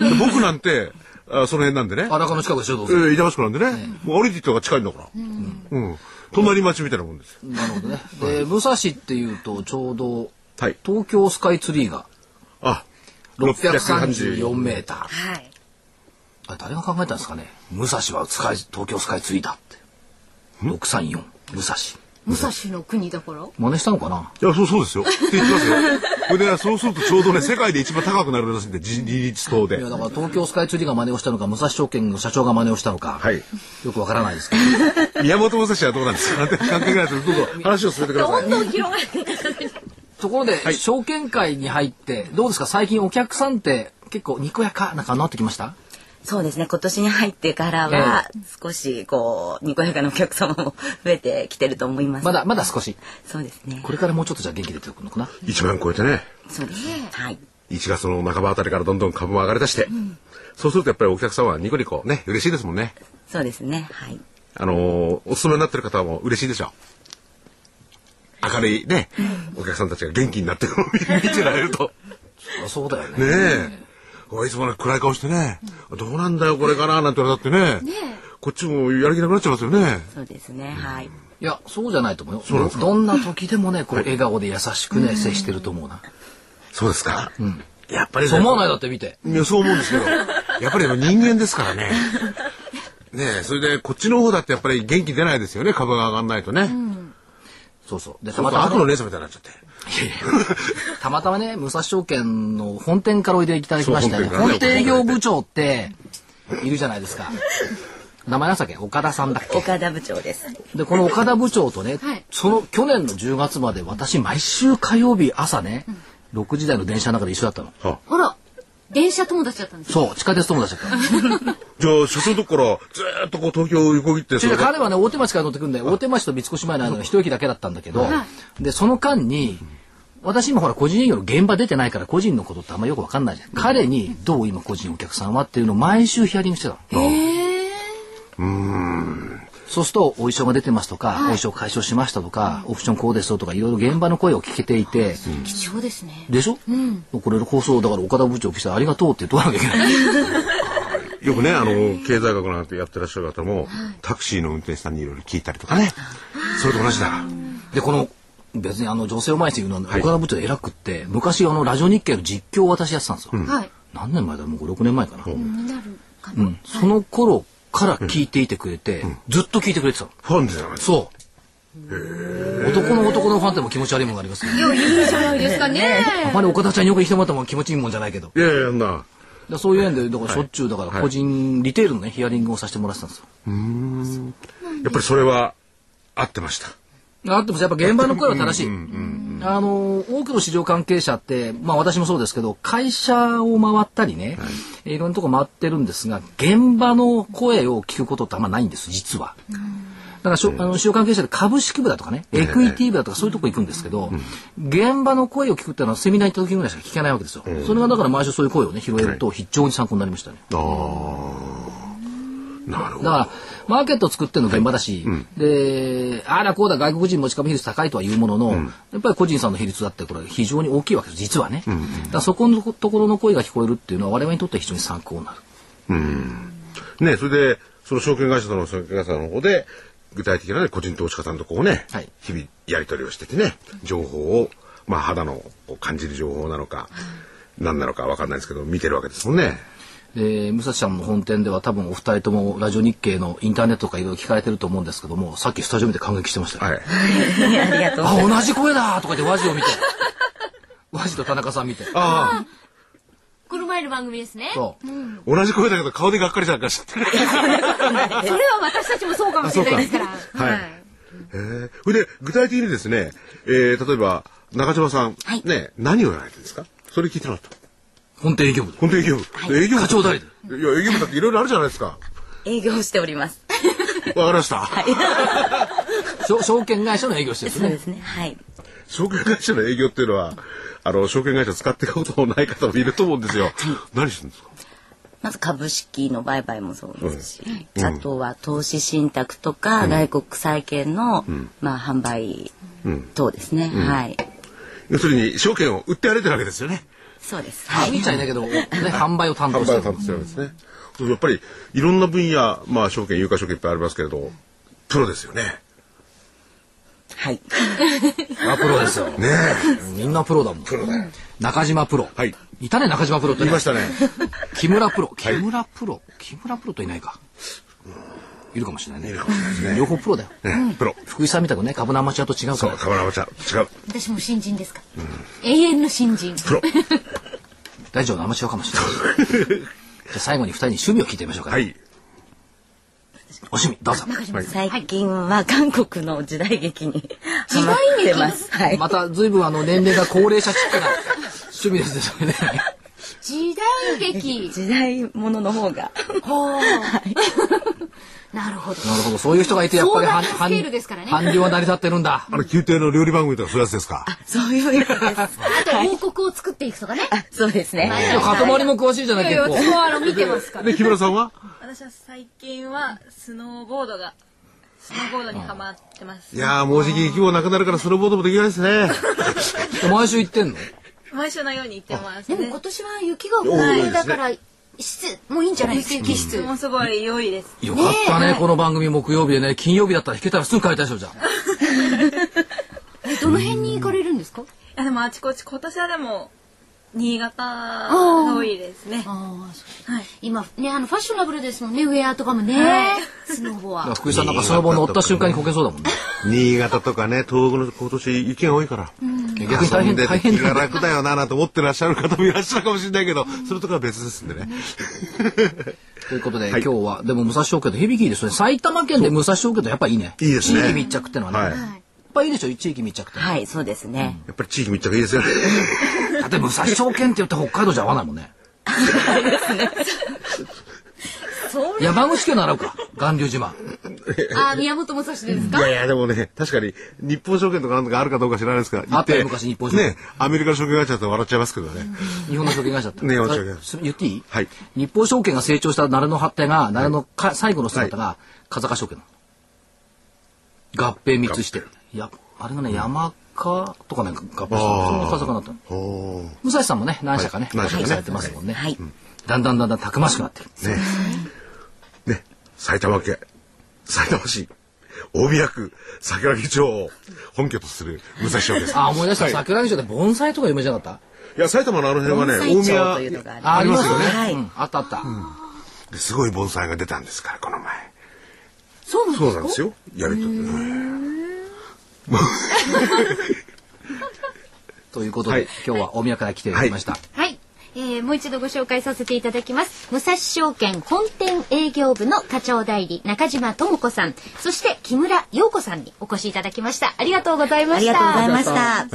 Speaker 4: ば。で僕なんて、あその辺なんでね。
Speaker 5: 荒川の近くでしょ、どう
Speaker 4: え
Speaker 5: せ。
Speaker 4: ー、板橋区なんでね、もう降りてきた方が近いんだから。うん。隣町みたいなもんですよ。
Speaker 5: なるほどね。で、武蔵っていうと、ちょうど、
Speaker 4: はい。
Speaker 5: 東京スカイツリーが
Speaker 4: あ、
Speaker 5: 634メーター。
Speaker 10: はい。
Speaker 5: あれ誰が考えたんですかね。武蔵はスカイ東京スカイツリーだって。634、武蔵。
Speaker 2: 武蔵の国だから
Speaker 5: 真似したのかない
Speaker 4: や、そう、そうですよ。って言ってますよ。 これで、ね、そうするとちょうどね、世界で一番高くなるらしいんで、自自立党で
Speaker 5: いや、。だから東京スカイツリーが真似をしたのか、武蔵証券の社長が真似をしたのか、
Speaker 4: はい。
Speaker 5: よくわからないですけど。
Speaker 4: 宮本武蔵はどうなんですかって関係ないですけど、どうぞ話を進めてください。
Speaker 10: どんどん広がっていく
Speaker 5: ところで、証券会に入って、どうですか最近お客さんって結構にこやかな感じになってきました
Speaker 8: そうですね今年に入ってからは少しこうにこやかなお客様も増えてきてると思います
Speaker 5: まだ、まだ少し。
Speaker 8: そうですね
Speaker 5: これからもうちょっとじゃあ元気出てくるのかな。
Speaker 4: 1万超えてね、
Speaker 8: そうですねはい
Speaker 4: 1月の半ばあたりからどんどん株も上がりだして、そうするとやっぱりお客さんはニコニコね、嬉しいですもんね。
Speaker 8: そうですねはい
Speaker 4: あのーお勤めになってる方も嬉しいでしょう。明るいね、お客さんたちが元気になってるのを見てられると。
Speaker 5: そうだよね。
Speaker 4: ねえ。おいいつもね、暗い顔してね、どうなんだよ、これから、なんて言われたってね、こっちもやる気なくなっちゃいますよね。
Speaker 8: そうですねはい
Speaker 5: いや、そうじゃないと思うよ。どんな時でもね、こう、笑顔で優しくね、接してると思うな。
Speaker 4: そうですか。やっぱりね
Speaker 5: そう思わないだって見て。
Speaker 4: いやそう思うんです けど、やっぱり人間ですからね。ねえ、それでこっちの方だってやっぱり元気出ないですよね、株が上がんないとね。
Speaker 5: そうそう。で、た
Speaker 4: ま
Speaker 5: ま
Speaker 4: た
Speaker 5: た
Speaker 4: 悪の
Speaker 5: ま、
Speaker 4: 連鎖みたいになっちゃって。
Speaker 5: たまたまね、武蔵証券の本店からおいでいただきましたね。
Speaker 4: そう本
Speaker 5: 本
Speaker 4: 店か
Speaker 5: 店
Speaker 4: らね
Speaker 5: 営業部長って、いるじゃないですか。名前なんだっけ岡田さんだっけ
Speaker 8: 岡田部長です
Speaker 5: で、この岡田部長とね、
Speaker 2: はい
Speaker 5: その去年の10月まで私毎週火曜日朝ね、6時台の電車の中で一緒だったの。
Speaker 2: あら電車友達だったんです
Speaker 5: そう、地下鉄友達だったの。
Speaker 4: じゃあ、社長のとこからずーっとこう東京を横切って、そ
Speaker 5: 違う
Speaker 4: れ
Speaker 5: 彼はね大手町から乗ってくるんで大手町と三越前の間の一駅だけだったんだけど、でその間に私今ほら個人営業の現場出てないから個人のことってあんまよくわかんないじゃん彼に「どう今個人お客さんは?」っていうのを毎週ヒアリングしてたの。そうするとお衣装が出てますとか、お衣装解消しましたとか、オプションこうですよとかいろいろ現場の声を聞けていて、
Speaker 2: 貴重ですね
Speaker 5: でしょ、これの放送だから岡田部長来てありがとうって言っとかなきゃいけない。
Speaker 4: よくね、あの、経済学なんてやってらっしゃる方も、タクシーの運転手さんにいろいろ聞いたりとかね。それと同じだ。
Speaker 5: でこの別にあの女性を前にして言うのは岡田部長偉くって昔あのラジオ日経の実況を私やってたんですよ。
Speaker 2: はい
Speaker 5: 何年前だもう56年前かな、うん
Speaker 2: になるかな
Speaker 5: その頃から聞いていてくれて、ずっと聞いてくれてたの
Speaker 4: ファンじゃないですか。
Speaker 5: そう男の男のファンっても気持ち悪いものがありますけど、ね、
Speaker 2: じゃないですかね
Speaker 5: あまり岡田ちゃんによく来てもらったもん気持ちいいもんじゃないけど
Speaker 4: いやいや、な。
Speaker 5: だそういう縁でだからしょっちゅうだから個人リテールのねヒアリングをさせてもらってたんですよ
Speaker 4: やっぱりそれは、合ってました。
Speaker 5: あってもやっぱ現場の声は正しい。あの多くの市場関係者って、まあ、私もそうですけど会社を回ったりね、い、ろんなとこ回ってるんですが現場の声を聞くことってあんまないんです実は。だからしょ、あの市場関係者で株式部だとかね、エクイティ部だとかそういうとこ行くんですけど、現場の声を聞くっていうのはセミナー行った時ぐらいしか聞けないわけですよ。それがだから毎週そういう声をね拾えると非常に参考になりましたね。
Speaker 4: なるほ
Speaker 5: だから、マーケット作ってるの現場だし、で、あらこうだ、外国人持ち株比率高いとは言うものの、やっぱり個人さんの比率だって、これ非常に大きいわけです、実はね。だからそこのところの声が聞こえるっていうのは、我々にとっては非常に参考になる。
Speaker 4: ど。ね、それで、その証券会社との証券会社の方で、具体的なね、個人投資家さんとこうね
Speaker 5: はい、
Speaker 4: 日々やり取りをしててね、情報を、まあ肌のこう感じる情報なのか、何なのかわかんないですけど、見てるわけですもんね。
Speaker 5: で、武蔵さんの本店では多分お二人ともラジオ日経のインターネットとかいろいろ聞かれてると思うんですけども、さっきスタジオ見て感激してましたよ。
Speaker 4: はい。
Speaker 8: ありがとうございます
Speaker 5: あ、同じ声だとか言って和ジを見て。和ジと田中さん見て。
Speaker 4: あ
Speaker 2: 車いる番組ですね
Speaker 5: そう。
Speaker 4: あ、同じ声だけど顔でがっかりしたんか知ってる。
Speaker 2: それは私たちもそうかもしれないですから
Speaker 4: はい。ええ、それで具体的にですね、えー、例えば中島さん、
Speaker 8: はい
Speaker 4: ね何をやられてるんですか。それ聞いてなかった。
Speaker 5: 本店営業部で。
Speaker 4: 本当営業部、営業部
Speaker 5: 課長代理
Speaker 4: いや営業部だっていろいろあるじゃないですか。わか
Speaker 8: 営業しております
Speaker 4: りました。
Speaker 5: 証証券会社の営業してるんです
Speaker 8: そう
Speaker 5: ね。
Speaker 8: ですねはい
Speaker 4: 証券会社の営業っていうのはあの証券会社使ってることのない方もいると思うんですよ。何してるんですか。
Speaker 8: まず株式の売買もそうですし、あとは投資信託とか外国債券の、まあ販売等ですね、はい
Speaker 4: 要するに証券を売ってやれてるわけですよね。
Speaker 8: そうですはい
Speaker 5: 見ちゃいないけど、ね、販売を担
Speaker 4: 販
Speaker 5: 当して
Speaker 4: 売を
Speaker 5: る
Speaker 4: 担。当してるわけですね。やっぱりいろんな分野、まあ、証券、有価証券いっぱいありますけれど、プロですよね。
Speaker 8: はい。
Speaker 5: あプロですよ。
Speaker 4: ねえ。
Speaker 5: みんなプロだもん。プロだよ。中島プロ。
Speaker 4: はい。
Speaker 5: いたね、中島プロって、
Speaker 4: 言いましたね。
Speaker 5: 木村プロ。木村プロ。木村プロといないか。いるかもしれないね。両方プロだよ。
Speaker 4: ねプロ。
Speaker 5: 福井さんみたくね、株のアマチュアと違うか
Speaker 4: そ
Speaker 5: ら
Speaker 4: う、。カバラマちゃん。違う。
Speaker 2: 私も新人ですか、永遠の新人
Speaker 4: プロ。
Speaker 5: 大丈夫のアマチュアかもしれない。 じゃあ最後に二人に趣味を聞いてみましょうか、
Speaker 4: は。い。
Speaker 5: お趣味、どうぞ。
Speaker 8: 最近は韓国の時代劇にハマってます。はい。
Speaker 5: また随分あの年齢が高齢者チックな趣味ですねそれね。
Speaker 2: 時代劇
Speaker 8: 時代ものの方が。
Speaker 2: ほう、なるほど
Speaker 5: なるほど、そういう人がいてやっぱり
Speaker 2: 相談
Speaker 5: はん
Speaker 2: スケールですからね
Speaker 5: はん韓流は成り立って るんだ。
Speaker 3: あの、宮廷の料理番組とかそういうやつですか。
Speaker 8: そういう意味です。
Speaker 2: あと王国を作っていくとかね、
Speaker 8: あ、 そうですね。
Speaker 5: でも片割りも詳しいじゃない結構。
Speaker 2: もうあの見てますから
Speaker 4: で、木村さんは
Speaker 9: 私は最近はスノーボードがスノーボードにハマってます
Speaker 4: いやー、もうじき規模なくなるから、スノーボードもできないですね。
Speaker 5: 毎週行ってんの
Speaker 9: 毎週のように行ってます
Speaker 2: でも
Speaker 9: ね
Speaker 2: 今年は雪が多いだから質もういいんじゃないですか雪質
Speaker 9: 質もすごい良いです
Speaker 5: よかったね、この番組木曜日でね、金曜日だったら弾けたらすぐ帰りたいでしょ、じゃあ。
Speaker 2: えどの辺に行かれるんですか
Speaker 9: いやでもあちこち今年はでも新潟が多いですね
Speaker 2: ああそう
Speaker 9: はい
Speaker 2: 今ねあのファッショナブルですもんねウェアとかもね、スノボ
Speaker 5: だから
Speaker 2: は
Speaker 5: 福井さんなんかその棒乗った瞬間にこけそうだもんね。
Speaker 4: 新潟とかね、東北の今年雪が多いから。
Speaker 5: 逆に大
Speaker 4: 遊
Speaker 5: 変、
Speaker 4: んで
Speaker 5: 大
Speaker 4: て
Speaker 5: 変
Speaker 4: 気
Speaker 5: だ
Speaker 4: が
Speaker 5: ね。
Speaker 4: 楽だよななんて思ってらっしゃる方もいらっしゃるかもしれないけど、それとかは別ですんでね。
Speaker 5: ということで、今日は、でも武蔵小京都響きいいですね。埼玉県で武蔵小京都やっぱいいね。
Speaker 4: いいですね
Speaker 5: 地域密着ってのはね。
Speaker 4: はい
Speaker 5: い、っぱいいいでしょ、地域密着って。
Speaker 8: はい、そうですね。
Speaker 4: やっぱり地域密着いいです よね。
Speaker 5: だって武蔵小県って言って北海道じゃ合わないも んね。山口県ならか、巌流島。
Speaker 2: あ宮本武蔵です
Speaker 4: い
Speaker 2: か、
Speaker 4: やいや、でもね、確かに、日本証券とかなんとかあるかどうか知らないですから、
Speaker 5: あったよ
Speaker 4: 行て
Speaker 5: 昔日本証券
Speaker 4: ね、アメリカの証券会社だと笑っちゃいますけどね。
Speaker 5: 日本の証券会社だった。
Speaker 4: ね日本の証券会社
Speaker 5: さ言っていい
Speaker 4: はい
Speaker 5: 日本証券が成長した奈良の発展が、奈良のか、最後の姿が、風賀証券なの。合併密して。いや、あれがね、山かとかなんか合併した。
Speaker 4: あー
Speaker 5: その風賀だったの。
Speaker 4: おー
Speaker 5: 武蔵さんもね、何社かね、合
Speaker 4: はい何社かね
Speaker 5: 併されてますもんね。
Speaker 8: はい。
Speaker 5: だんだんだんだんたくましくなってる。
Speaker 4: ね。ね、埼玉県、埼玉市、大宮区、桜木町を本拠とする武蔵証券さん。
Speaker 5: あ、思い出した。
Speaker 4: はい
Speaker 5: 桜木町で盆栽とか有名じゃなかっ
Speaker 4: いや、埼玉のあの辺はね、
Speaker 8: 盆栽町
Speaker 4: 大
Speaker 8: という
Speaker 4: 宮
Speaker 8: の、があり
Speaker 5: たありますよね。
Speaker 8: はい
Speaker 5: うんあったあった。
Speaker 4: すごい盆栽が出たんですから、この前。
Speaker 2: そうなん
Speaker 4: そ
Speaker 2: で
Speaker 4: う
Speaker 2: す
Speaker 4: なん
Speaker 2: か
Speaker 4: ですよ。やると。
Speaker 5: ということで、
Speaker 4: はい
Speaker 5: 今日は大宮から来ていただきました。
Speaker 2: はい、えーもう一度ご紹介させていただきます武蔵証券本店営業部の課長代理中島智子さんそして木村陽子さんにお越しいただきましたありがとうございま
Speaker 8: あり
Speaker 2: した
Speaker 8: がとうございました。
Speaker 2: さあ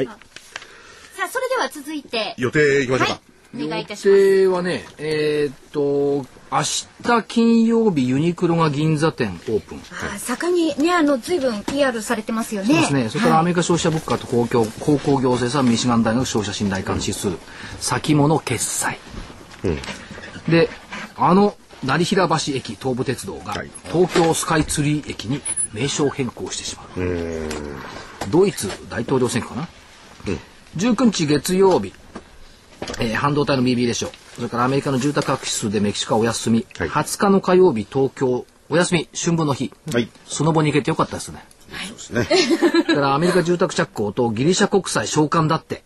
Speaker 2: それでは続いて
Speaker 4: 予定行きましょうか。
Speaker 2: はいお願いいたします
Speaker 5: 定はね、えーっと、明日金曜日ユニクロが銀座店オープン。
Speaker 2: あ盛んにねあの随分 PR されてますよね
Speaker 5: そうですね。それからアメリカ消費者物価と公共高校行政産ミシガン大学消費者信頼感指数、先物決済。で、あの成平橋駅東武鉄道が
Speaker 4: はい
Speaker 5: 東京スカイツリー駅に名称変更してしまう。ドイツ大統領選挙かな。19日月曜日、えー半導体の BB でしょう。それからアメリカの住宅各指数でメキシコはお休み。
Speaker 4: はい
Speaker 5: 20日の火曜日、東京、お休み、春分の日。
Speaker 4: はい
Speaker 5: その後に行けてよかったですね。
Speaker 4: そうです ね。
Speaker 5: だからアメリカ住宅着工とギリシャ国債償還だって。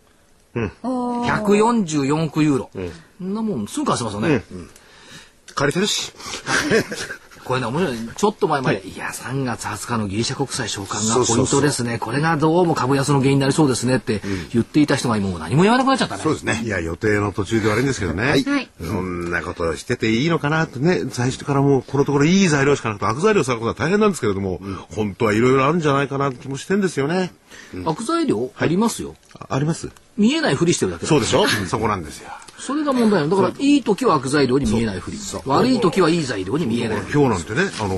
Speaker 5: 144億ユーロ。そんなもんすぐ貸せますよね。
Speaker 4: 借りてるし。
Speaker 5: これね、面白い。ちょっと前まで、い、や、3月20日のギリシャ国債償還がポイントですね。これがどうも株安の原因になりそうですねって言っていた人がもう何も言わなくなっちゃったね。
Speaker 3: そうですね。
Speaker 4: いや、予定の途中で悪いんですけどね。
Speaker 2: はい
Speaker 4: そんなことしてていいのかなってね、最初からもうこのところいい材料しかなくて悪材料探すのは大変なんですけれども、本当はいろいろあるんじゃないかなって気もしてんですよね。
Speaker 5: 悪材料ありますよ。
Speaker 4: ああります
Speaker 5: 見えないふりしてるだけだ
Speaker 4: そうでしょそこなんですよ。
Speaker 5: それが問題なの。だから、いい時は悪材料に見えないふり。悪い時はいい材料に見えないふり。
Speaker 4: 今日なんてね、あの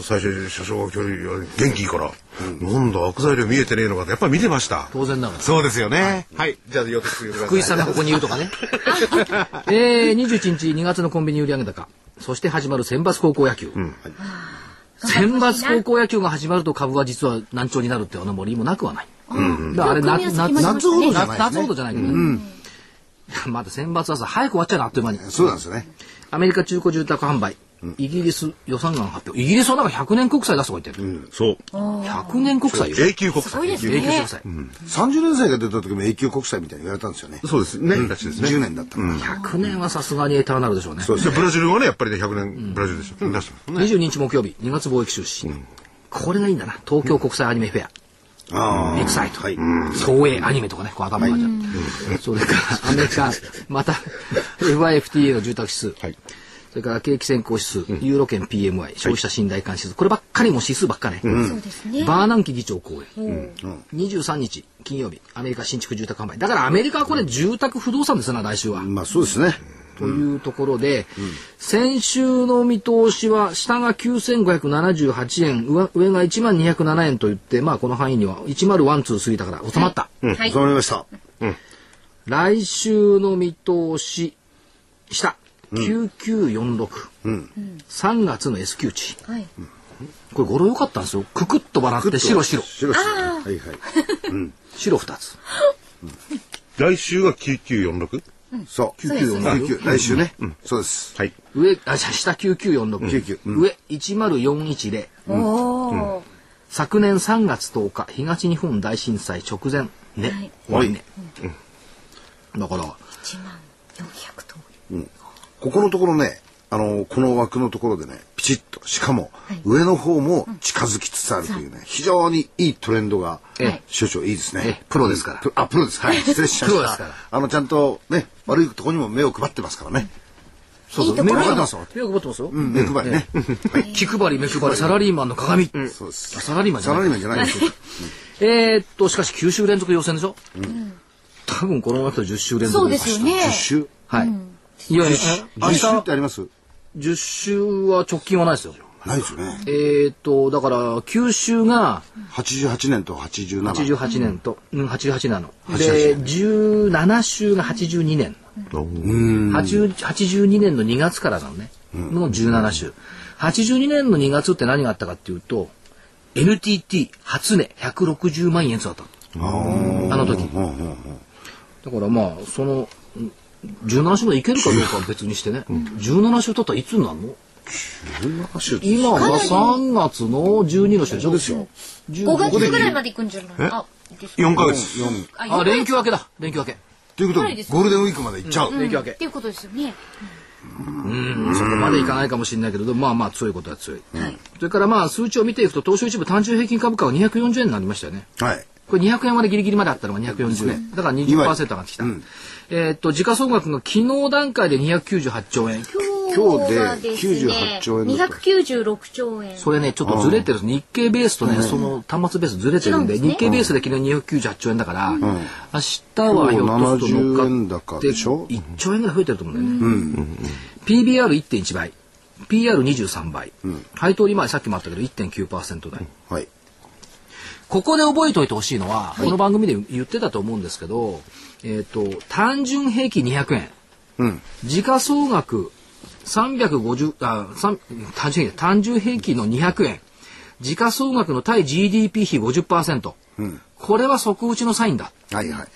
Speaker 4: ー最初、車掌が距離元気いいから、なんだ、悪材料見えてねえのかって、やっぱり見てました。
Speaker 5: 当然なの。
Speaker 4: そうですよね。はい。じゃあ、予定してください。
Speaker 5: 福井さんがここにいるとか ね。えー、21日2月のコンビニ売上高。そして始まる選抜高校野球。選抜高校野球が始まると株は実は難聴になるってあの森もなくはない。だからあれなな夏
Speaker 3: 夏ほどじゃないです ね
Speaker 5: 夏ほどじゃないけどね。まだ選抜はさ早く終わっちゃうなあっという間に。
Speaker 3: そうなんですよね。
Speaker 1: アメリカ中古住宅販売、イギリス予算案発表イギリスはなんか100年国債出すとか言ってる、
Speaker 4: そう。
Speaker 1: 100年国債よ
Speaker 4: 永久国債。
Speaker 1: 永久国債、
Speaker 3: 30年生が出た時も永久国債みたいに言われたんですよね。
Speaker 4: そうです。ね。たちですね。
Speaker 3: 10年だったから。
Speaker 1: 100年はさすがにエターナルでしょうね
Speaker 4: そうですね。ブラジルはね、やっぱりね、100年ブラジルでしょ。出してますもんね。
Speaker 1: 22日木曜日2月貿易収支、これがいいんだな東京国際アニメフェア、
Speaker 3: ああ
Speaker 1: エキサイト、
Speaker 3: はい。
Speaker 1: 総営アニメとかね、こう頭がじゃうそれからアメリカ、また FIFTA の住宅指数、
Speaker 4: はい
Speaker 1: それから景気先行指数、ユーロ圏 PMI、消費者信頼感指数、こればっかりもう指数ばっかね。
Speaker 2: そうですね。
Speaker 1: バーナンキ議長講演、23日金曜日、アメリカ新築住宅販売。だからアメリカはこれ住宅不動産ですよな、来週は。
Speaker 3: まあそうですね。
Speaker 1: というところで、先週の見通しは下が9578円上上が1万207円といってまあこの範囲には1012過ぎたから収まった、
Speaker 3: うん。収まりました。
Speaker 1: 来週の見通し下9946、3月の S q 値
Speaker 2: はい。
Speaker 1: これ語呂良かったんですよくくっと笑って白白
Speaker 3: 白白。はいはい。
Speaker 1: 白2つ
Speaker 4: 来週が 9946?
Speaker 3: そう。99。来週ね。そうです。
Speaker 4: はい。
Speaker 1: 上あじゃあ下9946、
Speaker 3: 99うん
Speaker 1: 上10410
Speaker 2: おおー。
Speaker 1: 昨年3月10日東日本大震災直前ね、
Speaker 3: はい
Speaker 1: ね、だから
Speaker 2: 一万四百通り。
Speaker 3: ここのところね、あの、この枠のところでね、ピチッと、しかも、上の方も近づきつつあるというね、非常にいいトレンドが
Speaker 1: え、
Speaker 3: 所長いいです
Speaker 1: え
Speaker 3: ね
Speaker 1: え。プロですから
Speaker 3: プあ、プロです。はい。失礼しま
Speaker 1: プロで
Speaker 3: し
Speaker 1: すから
Speaker 3: た。あの、ちゃんとね、悪いところにも目を配ってますからね。
Speaker 1: そうそう
Speaker 3: いいところ
Speaker 1: 目配
Speaker 3: 目配って
Speaker 1: り
Speaker 3: ますよ
Speaker 1: 目配ってますよ、
Speaker 3: うん、目配りね。はい
Speaker 1: 気配り目配りサラリーマンの鏡、
Speaker 3: そうです。
Speaker 1: サラリーマンじゃ
Speaker 3: サ
Speaker 1: な
Speaker 3: ラ
Speaker 1: い
Speaker 3: リーマンじゃないです。
Speaker 1: えー、っとしかし9週連続予選でしょ、多分このままだと10週連
Speaker 2: そう
Speaker 1: 続
Speaker 2: で
Speaker 1: ですす
Speaker 2: よね。
Speaker 3: 10週
Speaker 1: はい、いやいや明
Speaker 3: 10週っ
Speaker 1: 日
Speaker 3: てあります
Speaker 1: 10週は直近はないですよ
Speaker 3: ないですよね。
Speaker 1: えー、っとだから9週が
Speaker 3: 88年と87。
Speaker 1: 88年と、うん、88なので17週が82年80 82年の2月からなのね、の17週82年の2月って何があったかっていうと NTT 初値160万円だったのあの時だからまあそのうん17週までいけるかどうかは別にしてね、17週経ったらいつになるの今が3月の12の週でしょですよ
Speaker 2: 五月ぐらいまで行くんじゃない。あ、ですか。
Speaker 4: 4ヶ月。
Speaker 2: あ
Speaker 1: あ
Speaker 2: 四
Speaker 1: 連休明けだ連休明け
Speaker 3: ということ
Speaker 2: い
Speaker 3: で、
Speaker 2: です
Speaker 3: ゴールデンウィークまで行っちゃう。
Speaker 1: 連休明け
Speaker 2: っていうことですよね。
Speaker 1: そこまでいかないかもしれないけれど、まあまあ強いことは強い。それからまあ数値を見ていくと、東証一部単純平均株価は240円になりましたよね。
Speaker 3: はい。
Speaker 1: これ200円までギリギリまであったのが240円。だから20%上がってきた。えーっと、時価総額が昨日段階で298兆円。
Speaker 2: 今日がですね
Speaker 3: 今日で98兆円だった
Speaker 2: 296兆円。
Speaker 1: それね、ちょっとずれてるんです。日経ベースとね、その端末ベースずれてるんで、
Speaker 2: 違うんですね
Speaker 1: 日経ベースで昨日298兆円だから、明日はひょっとすると乗っか
Speaker 3: 70円
Speaker 1: っ
Speaker 3: 高
Speaker 1: て
Speaker 3: でしょ
Speaker 1: 1兆円ぐらい増えてると思うんだよね。PBR1.1 倍、PR23 倍、配当利回りさっきもあったけど1.9%台。
Speaker 3: はい。
Speaker 1: ここで覚えておいてほしいのは、この番組で言ってたと思うんですけど、えっ、と、単純平均200円、
Speaker 3: うん。
Speaker 1: 時価総額350あ三単純平均単純平均の200円時価総額の対 GDP 比50%、
Speaker 3: うん。
Speaker 1: これは即打ちのサインだ
Speaker 3: はいはい。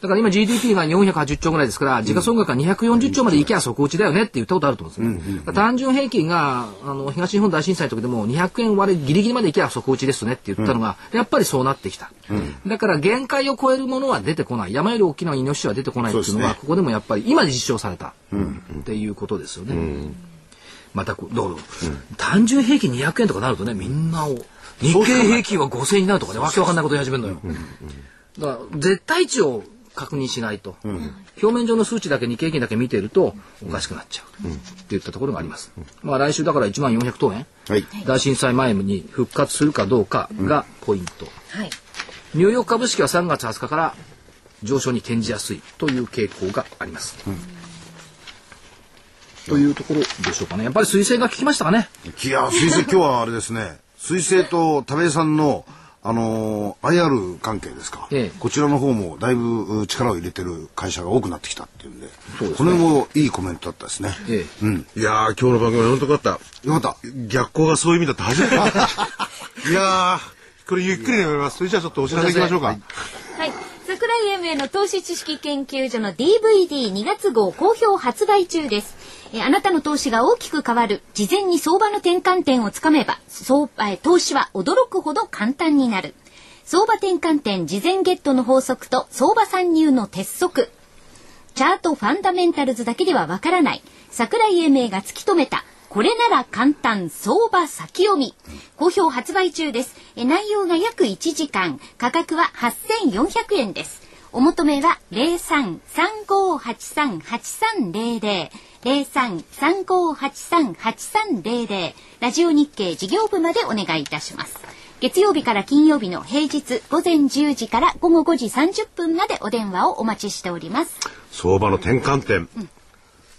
Speaker 1: だから今 GDP が480兆ぐらいですから時価総額が240兆までいけば即打ちだよねって言ったことあると思うんですね、だから単純平均があの東日本大震災の時でも200円割れギリギリまでいけば即打ちですねって言ったのが、やっぱりそうなってきた、だから限界を超えるものは出てこない山より大きなイノシシは出てこないっていうの
Speaker 3: そ
Speaker 1: は
Speaker 3: うですね
Speaker 1: ここでもやっぱり今実証されたっていうことですよね、またこうだから、単純平均200円とかなるとねみんなを日経平均は5000円になるとかねわけわかんないこと言い始めるのよ、だから絶対値を確認しないと、表面上の数値だけ日経平均だけ見てるとおかしくなっちゃう、っていったところがあります、まあ来週だから1万400等円
Speaker 3: はい。
Speaker 1: 大震災前に復活するかどうかがポイント、
Speaker 2: はい。
Speaker 1: ニューヨーク株式は3月20日から上昇に転じやすいという傾向があります。というところでしょうかね。やっぱり彗星が効きましたかね。
Speaker 3: いや、水星今日はあれですね。水星と田部井さんの、あのー IR 関係ですか、
Speaker 1: ええ
Speaker 3: こちらの方もだいぶう力を入れてる会社が多くなってきたっていうんで
Speaker 1: そうです
Speaker 3: こ
Speaker 1: ね
Speaker 3: の辺もいいコメントだったですね、
Speaker 1: え
Speaker 3: うん
Speaker 4: いやー、今日の番組は本当よかっ。
Speaker 3: よかった
Speaker 4: 逆光がそういう意味だっ て初めて。いやー、これゆっくりで読みます。それじゃあちょっとお知らせいきましょうか。
Speaker 2: はい。桜井英明の投資知識研究所の DVD2 月号好評発売中です。えーあなたの投資が大きく変わる事前に相場の転換点をつかめば相えー投資は驚くほど簡単になる相場転換点事前ゲットの法則と相場参入の鉄則チャートファンダメンタルズだけではわからない桜井英明が突き止めたこれなら簡単相場先読み好評発売中ですえ内容が約1時間価格は8400円ですお求めは0335838300 0335838300ラジオ日経事業部までお願いいたします月曜日から金曜日の平日午前10時から午後5時30分までお電話をお待ちしております
Speaker 4: 相場の転換点、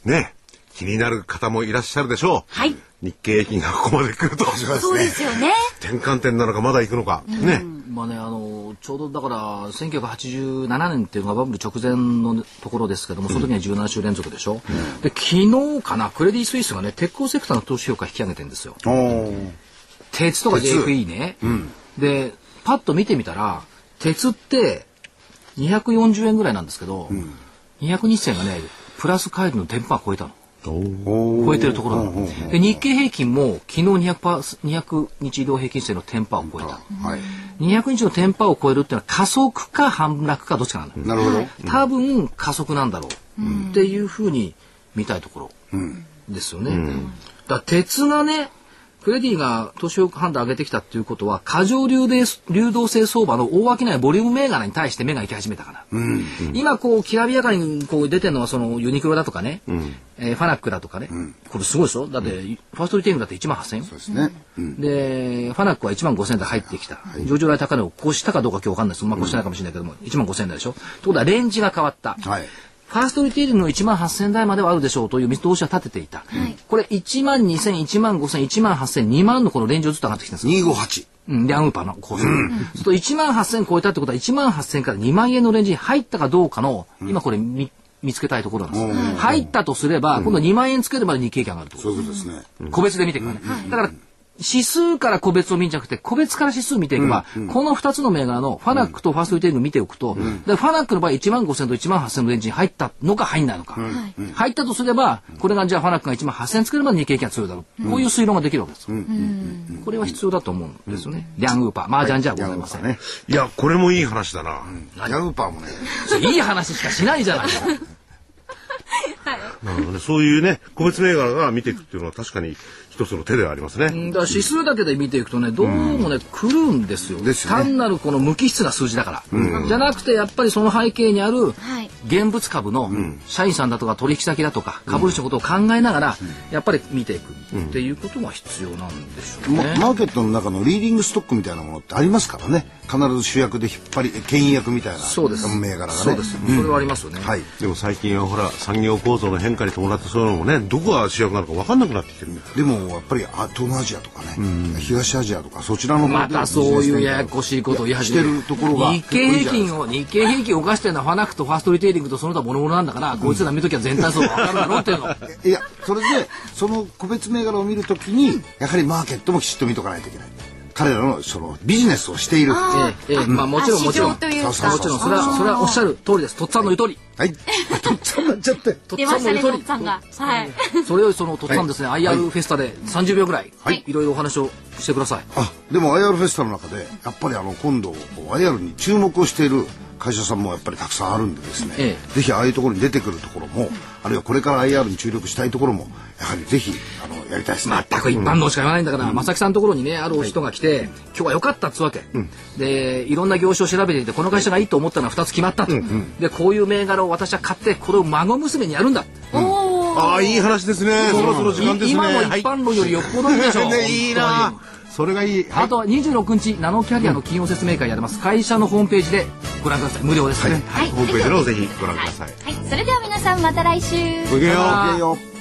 Speaker 4: ね気になる方もいらっしゃるでしょう、
Speaker 2: はい
Speaker 4: 日経平均がここまで来ると
Speaker 2: そうですよね。
Speaker 4: 転換点なのかまだ行くのか、ね
Speaker 1: まあね、あのちょうどだから1987年っていうのがバブル直前のところですけどもその時には17週連続でしょ、で昨日かなクレディ・スイスがね鉄鋼セクターの投資評価引き上げてんですよ
Speaker 3: おー
Speaker 1: 鉄とか JFE ね、でパッと見てみたら鉄って240円ぐらいなんですけど、202銭がねプラス回路の電波を超えたの
Speaker 3: おー
Speaker 1: 超えてるところなので日経平均も昨日 200, パース200日移動平均線のテンパを超えた、
Speaker 3: はい
Speaker 1: 200日のテンパを超えるっていうのは加速か反落かどっちかなんだよ、
Speaker 3: なるほど
Speaker 1: 多分加速なんだろう、っていうふうに見たいところですよね、だから鉄がねクレディが投資判断上げてきたっていうことは過剰流で流動性相場の大商いボリューム銘柄に対して目が行き始めたから、今こうきらびやかにこう出てるのはそのユニクロだとかね、えーファナックだとかね、これすごいでしょだって、ファーストリテイリングだって1万8000円
Speaker 3: そうですね
Speaker 1: で、ファナックは1万5000円で入ってきた。上場来高値を越したかどうか今日わかんないです。うまく越してないかもしれないけども、1万5000円台でしょ。ってことはレンジが変わった。
Speaker 3: はい
Speaker 1: ファーストリテイリングの1万8000円台まではあるでしょうという見通しは立てていた。これ1万2000、1万5000、1万8000、2万のこのレンジをずっと上がってきてるんですよ。
Speaker 3: 258
Speaker 1: うん、で、アンウーパーの構成。そうすると1万8000超えたってことは1万8000から2万円のレンジに入ったかどうかの、今これ見見つけたいところなんですよ。入ったとすれば、今度2万円つけるまで日経平均上がるってこと
Speaker 3: そういうことですね
Speaker 1: 個別で見ていくからね。だから、指数から個別を見るんじゃなくて、個別から指数見ていけば、この2つの銘柄のファナックとファーストリテイリング見ておくと、でファナックの場合1万5000と1万8000のレンジに入ったのか入んないのか。入ったとすれば、これがじゃあファナックが1万8000つければ日経平均は強いだろう。こういう推論ができるわけですよ。これは必要だと思うんですよね。リャングーパー。麻雀じゃございません。
Speaker 3: ね
Speaker 4: いやこれもいい話だな、
Speaker 3: ヤングパーもね
Speaker 1: いい話しかしないじゃないですか。
Speaker 4: なるほどねそういうね個別銘柄が見ていくっていうのは確かに一つの手ではありますね、
Speaker 1: だから指数だけで見ていくとねどうもね、狂うんですよ
Speaker 3: ですよね
Speaker 1: 単なるこの無機質な数字だから、じゃなくてやっぱりその背景にある
Speaker 2: はい
Speaker 1: 現物株の社員さんだとか取引先だとか株主のことを考えながら、やっぱり見ていくっていうことが必要なんでしょう
Speaker 3: ま
Speaker 1: ね。
Speaker 3: マーケットの中のリーディングストックみたいなものってありますからね必ず主役で引っ張り牽引役みたいな
Speaker 1: そうです。
Speaker 3: 銘柄がね
Speaker 1: そうです。
Speaker 3: ん
Speaker 1: それはありますよね。
Speaker 3: はい
Speaker 4: でも最近はほら産業構造の変化に伴ってそういうのもねどこが主役なのか分かんなくなってきてるんだよ
Speaker 3: でもやっぱりあ東南アジアとかね、東アジアとかそちらの方で
Speaker 1: またそういうややこしいことを言い始め
Speaker 3: いやしてるところが
Speaker 1: 日経平均を日経平均を犯してるのはファナックとファーストリテイリングとその他諸々なんだから、こいつら見ときゃ全体像が分かるだろうって いうの。
Speaker 3: いやそれでその個別銘柄を見るときにやはりマーケットもきちっと見とかないといけない彼らのそのビジネスをしているは
Speaker 1: ええええ、まあもちろんもちろん。
Speaker 9: 市場というか
Speaker 3: そうそう
Speaker 1: もちろんそれはそれはおっしゃる通りです。とっつぁんの言う通り。
Speaker 3: いとっつぁんなっちゃって
Speaker 1: とっ
Speaker 2: 出
Speaker 1: つぁ
Speaker 2: ま
Speaker 1: ん
Speaker 2: した
Speaker 1: の言
Speaker 2: ね、
Speaker 1: う
Speaker 2: と
Speaker 1: 通
Speaker 2: っ
Speaker 1: り。
Speaker 2: さんが。はい。
Speaker 1: それよりそのとっつぁんですね、IR フェスタで30秒ぐらい、
Speaker 3: はい
Speaker 1: い、ろいろお話をしてください。
Speaker 3: あでも IR フェスタの中でやっぱりあの今度 IR に注目をしている会社さんもやっぱりたくさんあるんでですね、
Speaker 1: え
Speaker 3: ぜひああいうところに出てくるところもあるいはこれから IR に注力したいところもやはりぜひあのやりたいですね。
Speaker 1: 全く一般論しか言わないんだから、正木さんのところにねある人が来て、今日は良かったっつうわけ、でいろんな業種を調べていてこの会社がいいと思ったのは2つ決まったと、でこういう銘柄を私は買ってこれを孫娘にやるんだ、
Speaker 4: ああいい話ですねそろそろ時間ですね
Speaker 1: い今の一
Speaker 4: は
Speaker 1: 般論よりよっぽどいいでし ょ
Speaker 4: ねいいなそれがいい
Speaker 1: あとは26日ナノキャリアの企業説明会やります会社のホームページでご覧ください無料ですね、
Speaker 2: はい
Speaker 4: ホームページの方をぜひご覧ください
Speaker 2: はい。それでは皆さんまた来週。
Speaker 4: ごきげんよう
Speaker 3: いいよ